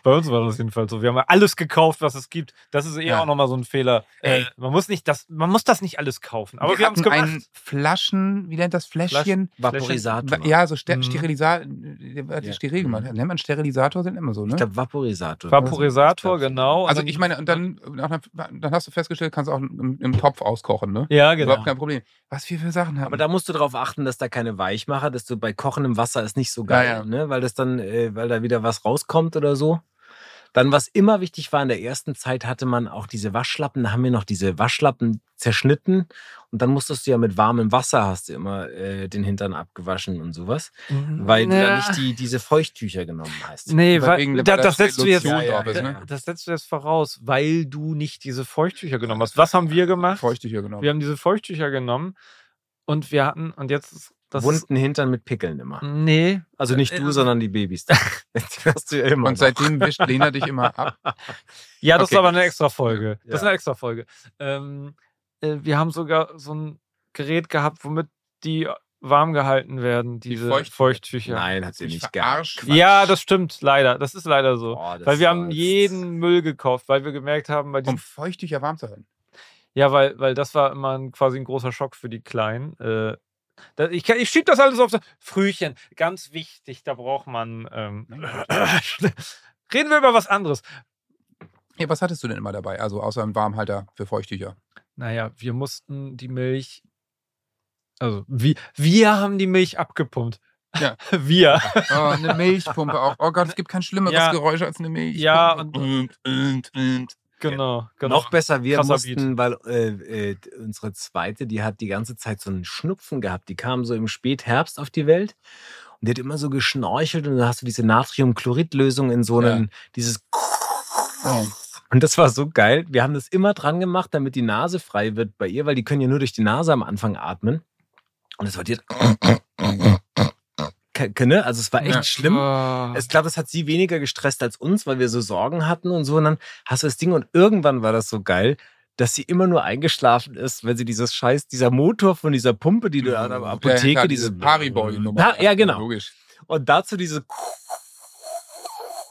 Speaker 2: Bei uns war das jedenfalls so. Wir haben ja alles gekauft, was es gibt. Das ist eher
Speaker 1: Ja.
Speaker 2: auch nochmal so ein Fehler. Äh,
Speaker 1: Ey.
Speaker 2: man, muss nicht das, man muss das nicht alles kaufen. Aber wir, haben es
Speaker 1: hatten
Speaker 2: gemacht.
Speaker 1: ein Flaschen, wie nennt das Fläschchen?
Speaker 3: Vaporisator.
Speaker 1: Ja, so Ste
Speaker 2: Mhm.
Speaker 1: Sterilisator. äh, Ja.
Speaker 3: Ja.
Speaker 1: Steril gemacht. Nennt man Sterilisator sind immer so, ne?
Speaker 3: Ich glaube, Vaporisator.
Speaker 2: Vaporisator, genau. Und
Speaker 1: Also
Speaker 2: dann-
Speaker 1: ich meine, und dann, nach einer- dann hast du festgestellt, kannst du auch im, im Topf auskochen, ne?
Speaker 2: Ja, genau.
Speaker 1: Überhaupt kein Problem. Was wir für Sachen haben.
Speaker 3: Aber da musst du darauf achten, dass da keine Weichmacher, dass du bei kochendem Wasser ist nicht so geil,
Speaker 1: Ja, ja.
Speaker 3: Ne? weil das dann, äh, weil da wieder was rauskommt oder so. Dann, was immer wichtig war, in der ersten Zeit hatte man auch diese Waschlappen, da haben wir noch diese Waschlappen zerschnitten und dann musstest du ja mit warmem Wasser hast du immer äh, den Hintern abgewaschen und sowas, weil du ja
Speaker 2: Ja.
Speaker 3: nicht die, diese Feuchttücher genommen hast.
Speaker 2: Mhm. Nee,
Speaker 1: Weil
Speaker 2: weil,
Speaker 1: wegen der-
Speaker 2: da,
Speaker 1: weil
Speaker 2: das
Speaker 1: da
Speaker 2: setzt du jetzt,
Speaker 1: Lotion
Speaker 3: drauf
Speaker 2: da-
Speaker 3: ist,
Speaker 1: ne?
Speaker 2: das setzt du jetzt voraus, weil du nicht diese Feuchttücher genommen hast. Was haben wir gemacht?
Speaker 1: Feuchttücher genommen.
Speaker 2: Wir haben diese Feuchttücher genommen und wir hatten, und jetzt ist das.
Speaker 3: Wunden Hintern mit Pickeln immer.
Speaker 2: nee,
Speaker 3: Also nicht du,
Speaker 2: Äh,
Speaker 3: sondern die Babys. die hast du ja immer.
Speaker 1: und
Speaker 3: noch.
Speaker 1: seitdem wischt Lena dich immer ab.
Speaker 2: Ja, das ist
Speaker 1: Okay.
Speaker 2: aber eine extra Folge. Das ist
Speaker 3: Ja.
Speaker 2: eine extra Folge. Ähm, äh, wir haben sogar so ein Gerät gehabt, womit die warm gehalten werden, diese
Speaker 1: Feucht-
Speaker 2: Feuchttücher.
Speaker 3: Nein, hat sie
Speaker 1: Mich
Speaker 3: nicht gehabt.
Speaker 1: verarscht.
Speaker 2: Ja, das stimmt, leider. Das ist leider so.
Speaker 3: Boah, das
Speaker 2: weil wir
Speaker 3: war
Speaker 2: haben
Speaker 3: jetzt-
Speaker 2: jeden Müll gekauft, weil wir gemerkt haben, bei
Speaker 1: Um
Speaker 2: diesem,
Speaker 1: Feuchttücher warm zu halten.
Speaker 2: ja, weil, weil das war immer ein, quasi ein großer Schock für die Kleinen. Äh, da, ich, kann- ich schieb das alles auf das Frühchen. Ganz wichtig, da braucht man. Ähm, reden wir über was anderes.
Speaker 1: Ja, was hattest du denn immer dabei? Also außer einem Warmhalter für Feuchttücher.
Speaker 2: Naja, wir mussten die Milch. Also, wir, wir haben die Milch abgepumpt.
Speaker 1: Ja.
Speaker 2: Wir.
Speaker 1: Oh, eine Milchpumpe auch. Oh Gott, es gibt kein schlimmeres
Speaker 2: Ja.
Speaker 1: Geräusch als eine Milchpumpe.
Speaker 2: Ja, und-
Speaker 1: und, und, und.
Speaker 2: Genau, genau.
Speaker 3: Noch besser, wir
Speaker 2: Krasser
Speaker 3: mussten, weil äh, äh, unsere zweite, die hat die ganze Zeit so einen Schnupfen gehabt. Die kam so im Spätherbst auf die Welt und die hat immer so geschnorchelt und dann hast du diese Natriumchloridlösung in so einem, dieses
Speaker 1: Oh.
Speaker 3: und das war so geil. Wir haben das immer dran gemacht, damit die Nase frei wird bei ihr, weil die können ja nur durch die Nase am Anfang atmen. Und das war die Ke- ke- ne? Also es war echt
Speaker 1: Ja.
Speaker 3: schlimm.
Speaker 2: Ah.
Speaker 3: Ich glaube, es hat sie weniger gestresst als uns, weil wir so Sorgen hatten und so. Und dann hast du das Ding und irgendwann war das so geil, dass sie immer nur eingeschlafen ist, wenn sie dieses Scheiß, dieser Motor von dieser Pumpe, die du an der Apotheke,
Speaker 1: ja, klar,
Speaker 3: diese
Speaker 1: diese Pariboy-Nummer.
Speaker 3: Pa- Ja, genau.
Speaker 1: Logisch.
Speaker 3: Und dazu diese.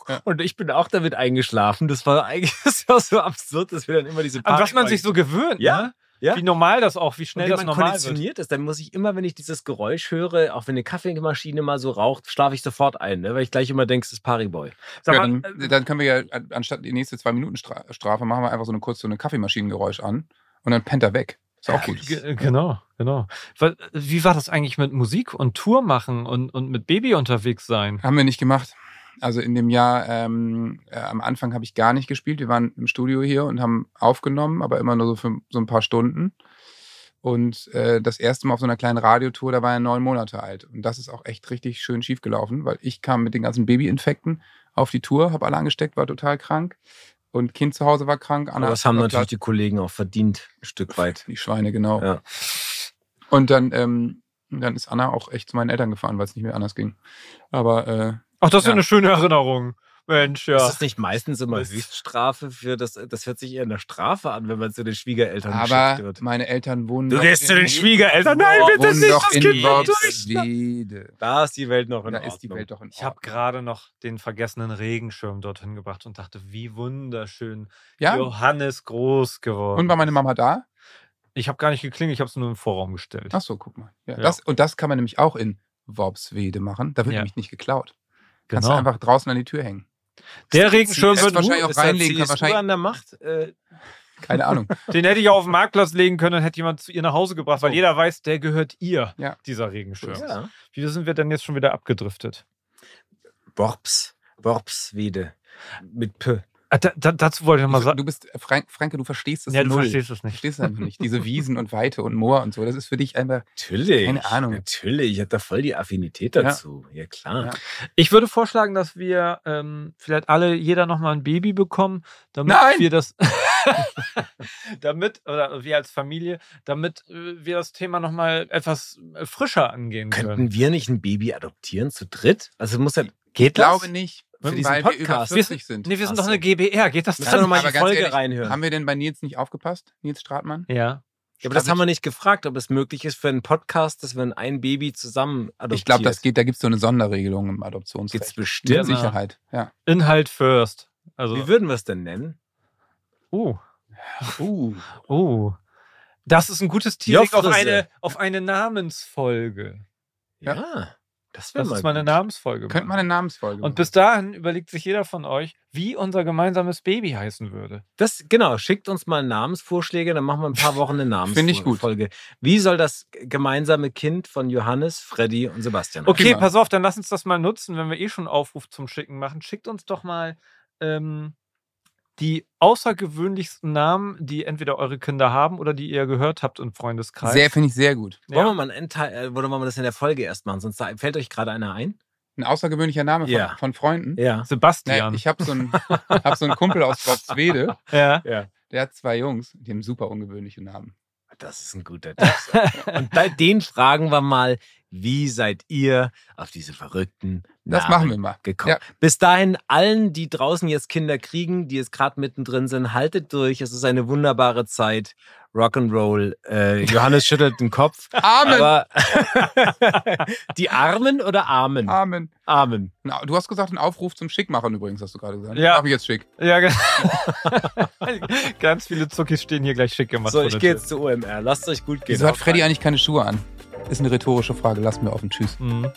Speaker 1: Ja.
Speaker 3: Und ich bin auch damit eingeschlafen. Das war eigentlich das war so absurd, dass wir dann immer diese
Speaker 2: An was man
Speaker 3: Pariboy-
Speaker 2: sich so gewöhnt,
Speaker 3: Ja,
Speaker 2: ne?
Speaker 3: ja.
Speaker 2: Wie normal das auch, wie schnell
Speaker 3: und
Speaker 2: das
Speaker 3: wenn man
Speaker 2: normal wird.
Speaker 3: konditioniert ist, dann muss ich immer, wenn ich dieses Geräusch höre, auch wenn eine Kaffeemaschine mal so raucht, schlafe ich sofort ein, ne? weil ich gleich immer denke, es ist Pariboy.
Speaker 2: Sag
Speaker 1: ja,
Speaker 2: mal,
Speaker 1: dann, dann können wir ja, an- anstatt die nächste zwei Minuten Stra- Strafe, machen wir einfach so eine kurze so eine Kaffeemaschinengeräusch an und dann pennt er weg. Ist auch gut.
Speaker 2: Ge- Genau, genau. Wa- Wie war das eigentlich mit Musik und Tour machen und, und mit Baby unterwegs sein?
Speaker 1: Haben wir nicht gemacht. Also in dem Jahr, ähm, äh, am Anfang habe ich gar nicht gespielt. Wir waren im Studio hier und haben aufgenommen, aber immer nur so für so ein paar Stunden. Und äh, das erste Mal auf so einer kleinen Radiotour, da war er neun Monate alt. Und das ist auch echt richtig schön schief gelaufen, weil ich kam mit den ganzen Babyinfekten auf die Tour, habe alle angesteckt, war total krank. Und Kind zu Hause war krank. Anna
Speaker 3: Aber das haben
Speaker 1: war
Speaker 3: natürlich
Speaker 1: platt.
Speaker 3: die Kollegen auch verdient, ein Stück weit.
Speaker 1: Die Schweine, genau.
Speaker 3: Ja.
Speaker 1: Und dann, ähm, dann ist Anna auch echt zu meinen Eltern gefahren, weil es nicht mehr anders ging. Aber äh,
Speaker 2: Ach, das ist
Speaker 1: Ja.
Speaker 2: ja eine schöne Erinnerung. Mensch, ja.
Speaker 3: Ist das nicht meistens immer
Speaker 2: Das-
Speaker 3: Höchststrafe für das? Das hört sich eher einer Strafe an, wenn man zu den Schwiegereltern geschickt
Speaker 1: aber
Speaker 3: wird.
Speaker 1: meine Eltern wohnen
Speaker 3: Du
Speaker 1: doch
Speaker 3: gehst zu
Speaker 1: in-
Speaker 3: den Schwiegereltern. Nein,
Speaker 1: wohnen
Speaker 3: bitte nicht.
Speaker 1: doch
Speaker 3: Das
Speaker 1: in
Speaker 3: Kind wird
Speaker 1: Worpswede.
Speaker 3: Da ist die Welt noch in
Speaker 1: Da
Speaker 3: Ordnung.
Speaker 1: ist die Welt doch in
Speaker 2: Ich habe
Speaker 1: Ordnung.
Speaker 2: gerade noch den vergessenen Regenschirm dorthin gebracht und dachte, wie wunderschön
Speaker 1: Ja,
Speaker 2: Johannes groß geworden.
Speaker 1: und war meine
Speaker 2: ist.
Speaker 1: Mama da?
Speaker 2: Ich habe gar nicht geklingelt, ich habe es nur im Vorraum gestellt.
Speaker 1: Ach so, guck mal. Ja,
Speaker 2: Ja.
Speaker 1: Das, und das kann man nämlich auch in Worpswede machen. Da wird
Speaker 2: Ja. Genau.
Speaker 1: nämlich nicht geklaut. Kannst du einfach draußen an die Tür hängen.
Speaker 2: Der Regenschirm
Speaker 1: CS
Speaker 2: wird halt
Speaker 1: wahrscheinlich auch
Speaker 3: Ist da
Speaker 1: reinlegen, kann
Speaker 3: CSU
Speaker 1: wahrscheinlich-
Speaker 3: an der Macht. Äh,
Speaker 1: Keine Ahnung.
Speaker 2: Den hätte ich auch auf den Marktplatz legen können, dann hätte jemand zu ihr nach Hause gebracht, weil
Speaker 1: So.
Speaker 2: jeder weiß, der gehört ihr,
Speaker 1: Ja.
Speaker 2: dieser Regenschirm.
Speaker 3: ja.
Speaker 2: Wieso sind wir denn jetzt schon wieder abgedriftet?
Speaker 3: Borps. Borpswede. Mit P.
Speaker 2: Ah, da, da, dazu wollte ich nochmal
Speaker 1: Du,
Speaker 2: sagen.
Speaker 1: du bist, Frank, Franke, du verstehst das
Speaker 2: Ja, du
Speaker 1: null.
Speaker 2: verstehst es nicht.
Speaker 1: Verstehst du einfach nicht. Diese Wiesen und Weite und Moor und so, das ist für dich einfach
Speaker 3: Natürlich.
Speaker 1: Keine Ahnung.
Speaker 3: Natürlich. Ich habe da voll die Affinität
Speaker 1: Ja.
Speaker 3: dazu. Ja, klar.
Speaker 1: Ja.
Speaker 2: Ich würde vorschlagen, dass wir ähm, vielleicht alle, jeder nochmal ein Baby bekommen, damit
Speaker 1: Nein!
Speaker 2: wir das, damit, oder wir als Familie, damit äh, wir das Thema nochmal etwas äh, frischer angehen können.
Speaker 3: Könnten wir nicht ein Baby adoptieren zu dritt? Also muss ja. Geht
Speaker 1: Ich glaube nicht,
Speaker 3: Für
Speaker 1: weil
Speaker 3: diesen
Speaker 1: wir über
Speaker 3: Podcast.
Speaker 1: 40 sind.
Speaker 2: Nee, wir sind
Speaker 3: Ach
Speaker 2: doch eine
Speaker 3: so.
Speaker 2: GBR, geht das
Speaker 3: Müssen wir nochmal
Speaker 1: Aber
Speaker 3: die
Speaker 1: ganz
Speaker 3: Folge
Speaker 1: ehrlich,
Speaker 3: reinhören.
Speaker 1: Haben wir denn bei Nils nicht aufgepasst, Nils Stratmann?
Speaker 2: Ja.
Speaker 3: Ja, aber das haben wir nicht gefragt, ob es möglich ist für einen Podcast, dass wenn ein Baby zusammen adoptiert.
Speaker 1: Ich glaube, das geht, da gibt es so eine Sonderregelung im Adoptionsrecht.
Speaker 3: Geht's
Speaker 1: Mit
Speaker 3: bestimmt.
Speaker 2: Ja,
Speaker 1: Sicherheit, ja.
Speaker 2: Inhalt first. Also,
Speaker 3: Wie würden wir es denn nennen?
Speaker 2: oh,
Speaker 1: Uh.
Speaker 2: oh. Das ist ein gutes Teasing auf
Speaker 3: Joffrese.
Speaker 2: eine, auf eine Namensfolge.
Speaker 1: Ja.
Speaker 3: das wäre
Speaker 2: Lass
Speaker 3: mal,
Speaker 2: uns mal eine
Speaker 3: gut. Genau.
Speaker 2: Namensfolge
Speaker 1: Könnte man
Speaker 2: machen.
Speaker 1: eine Namensfolge
Speaker 2: Und
Speaker 1: machen.
Speaker 2: bis dahin überlegt sich jeder von euch, wie unser gemeinsames Baby heißen würde.
Speaker 3: Das, genau, schickt uns mal Namensvorschläge, dann machen wir ein paar Wochen eine Namensfolge.
Speaker 1: Finde ich gut.
Speaker 3: Wie soll das gemeinsame Kind von Johannes, Freddy und Sebastian
Speaker 2: Okay,
Speaker 1: Prima.
Speaker 2: pass auf, dann lass uns das mal nutzen, wenn wir eh schon Aufruf zum Schicken machen. Schickt uns doch mal ähm, die außergewöhnlichsten Namen, die entweder eure Kinder haben oder die ihr gehört habt im Freundeskreis.
Speaker 1: sehr, finde ich sehr gut.
Speaker 3: Wollen wir
Speaker 2: ja.
Speaker 3: mal einen Endteil, äh, oder wollen wir das in der Folge erst machen? Sonst da- fällt euch gerade einer ein?
Speaker 1: Ein außergewöhnlicher Name von,
Speaker 3: Ja.
Speaker 1: von Freunden.
Speaker 3: Ja.
Speaker 1: Naja,
Speaker 2: Sebastian.
Speaker 1: ich habe so, einen- hab so einen Kumpel aus Schwarzwede,
Speaker 2: ja.
Speaker 1: der hat zwei Jungs, die haben super ungewöhnliche Namen.
Speaker 3: Das ist ein guter Tipp. Und bei den fragen wir mal, wie seid ihr auf diese verrückten
Speaker 1: Das
Speaker 3: Namen
Speaker 1: machen wir mal.
Speaker 3: gekommen?
Speaker 1: Ja.
Speaker 3: Bis dahin, allen, die draußen jetzt Kinder kriegen, die jetzt gerade mittendrin sind, haltet durch. Es ist eine wunderbare Zeit. Rock'n'Roll. Äh, Johannes schüttelt den Kopf.
Speaker 1: Amen!
Speaker 3: Aber die Armen oder Armen?
Speaker 1: Amen.
Speaker 3: Armen.
Speaker 1: Na, Du hast gesagt, einen Aufruf zum Schickmachen übrigens, hast du gerade gesagt.
Speaker 2: Ja.
Speaker 1: Mach ich jetzt schick.
Speaker 2: ja, genau. Ganz viele Zuckis stehen hier gleich schick gemacht.
Speaker 3: So,
Speaker 2: vor
Speaker 3: ich
Speaker 2: der
Speaker 3: gehe
Speaker 2: Tür.
Speaker 3: jetzt zu OMR. Lasst euch gut gehen.
Speaker 1: Wieso hat
Speaker 3: Haut
Speaker 1: Freddy
Speaker 3: rein.
Speaker 1: eigentlich keine Schuhe an? Ist eine rhetorische Frage, lassen wir offen. Tschüss.
Speaker 2: Mhm.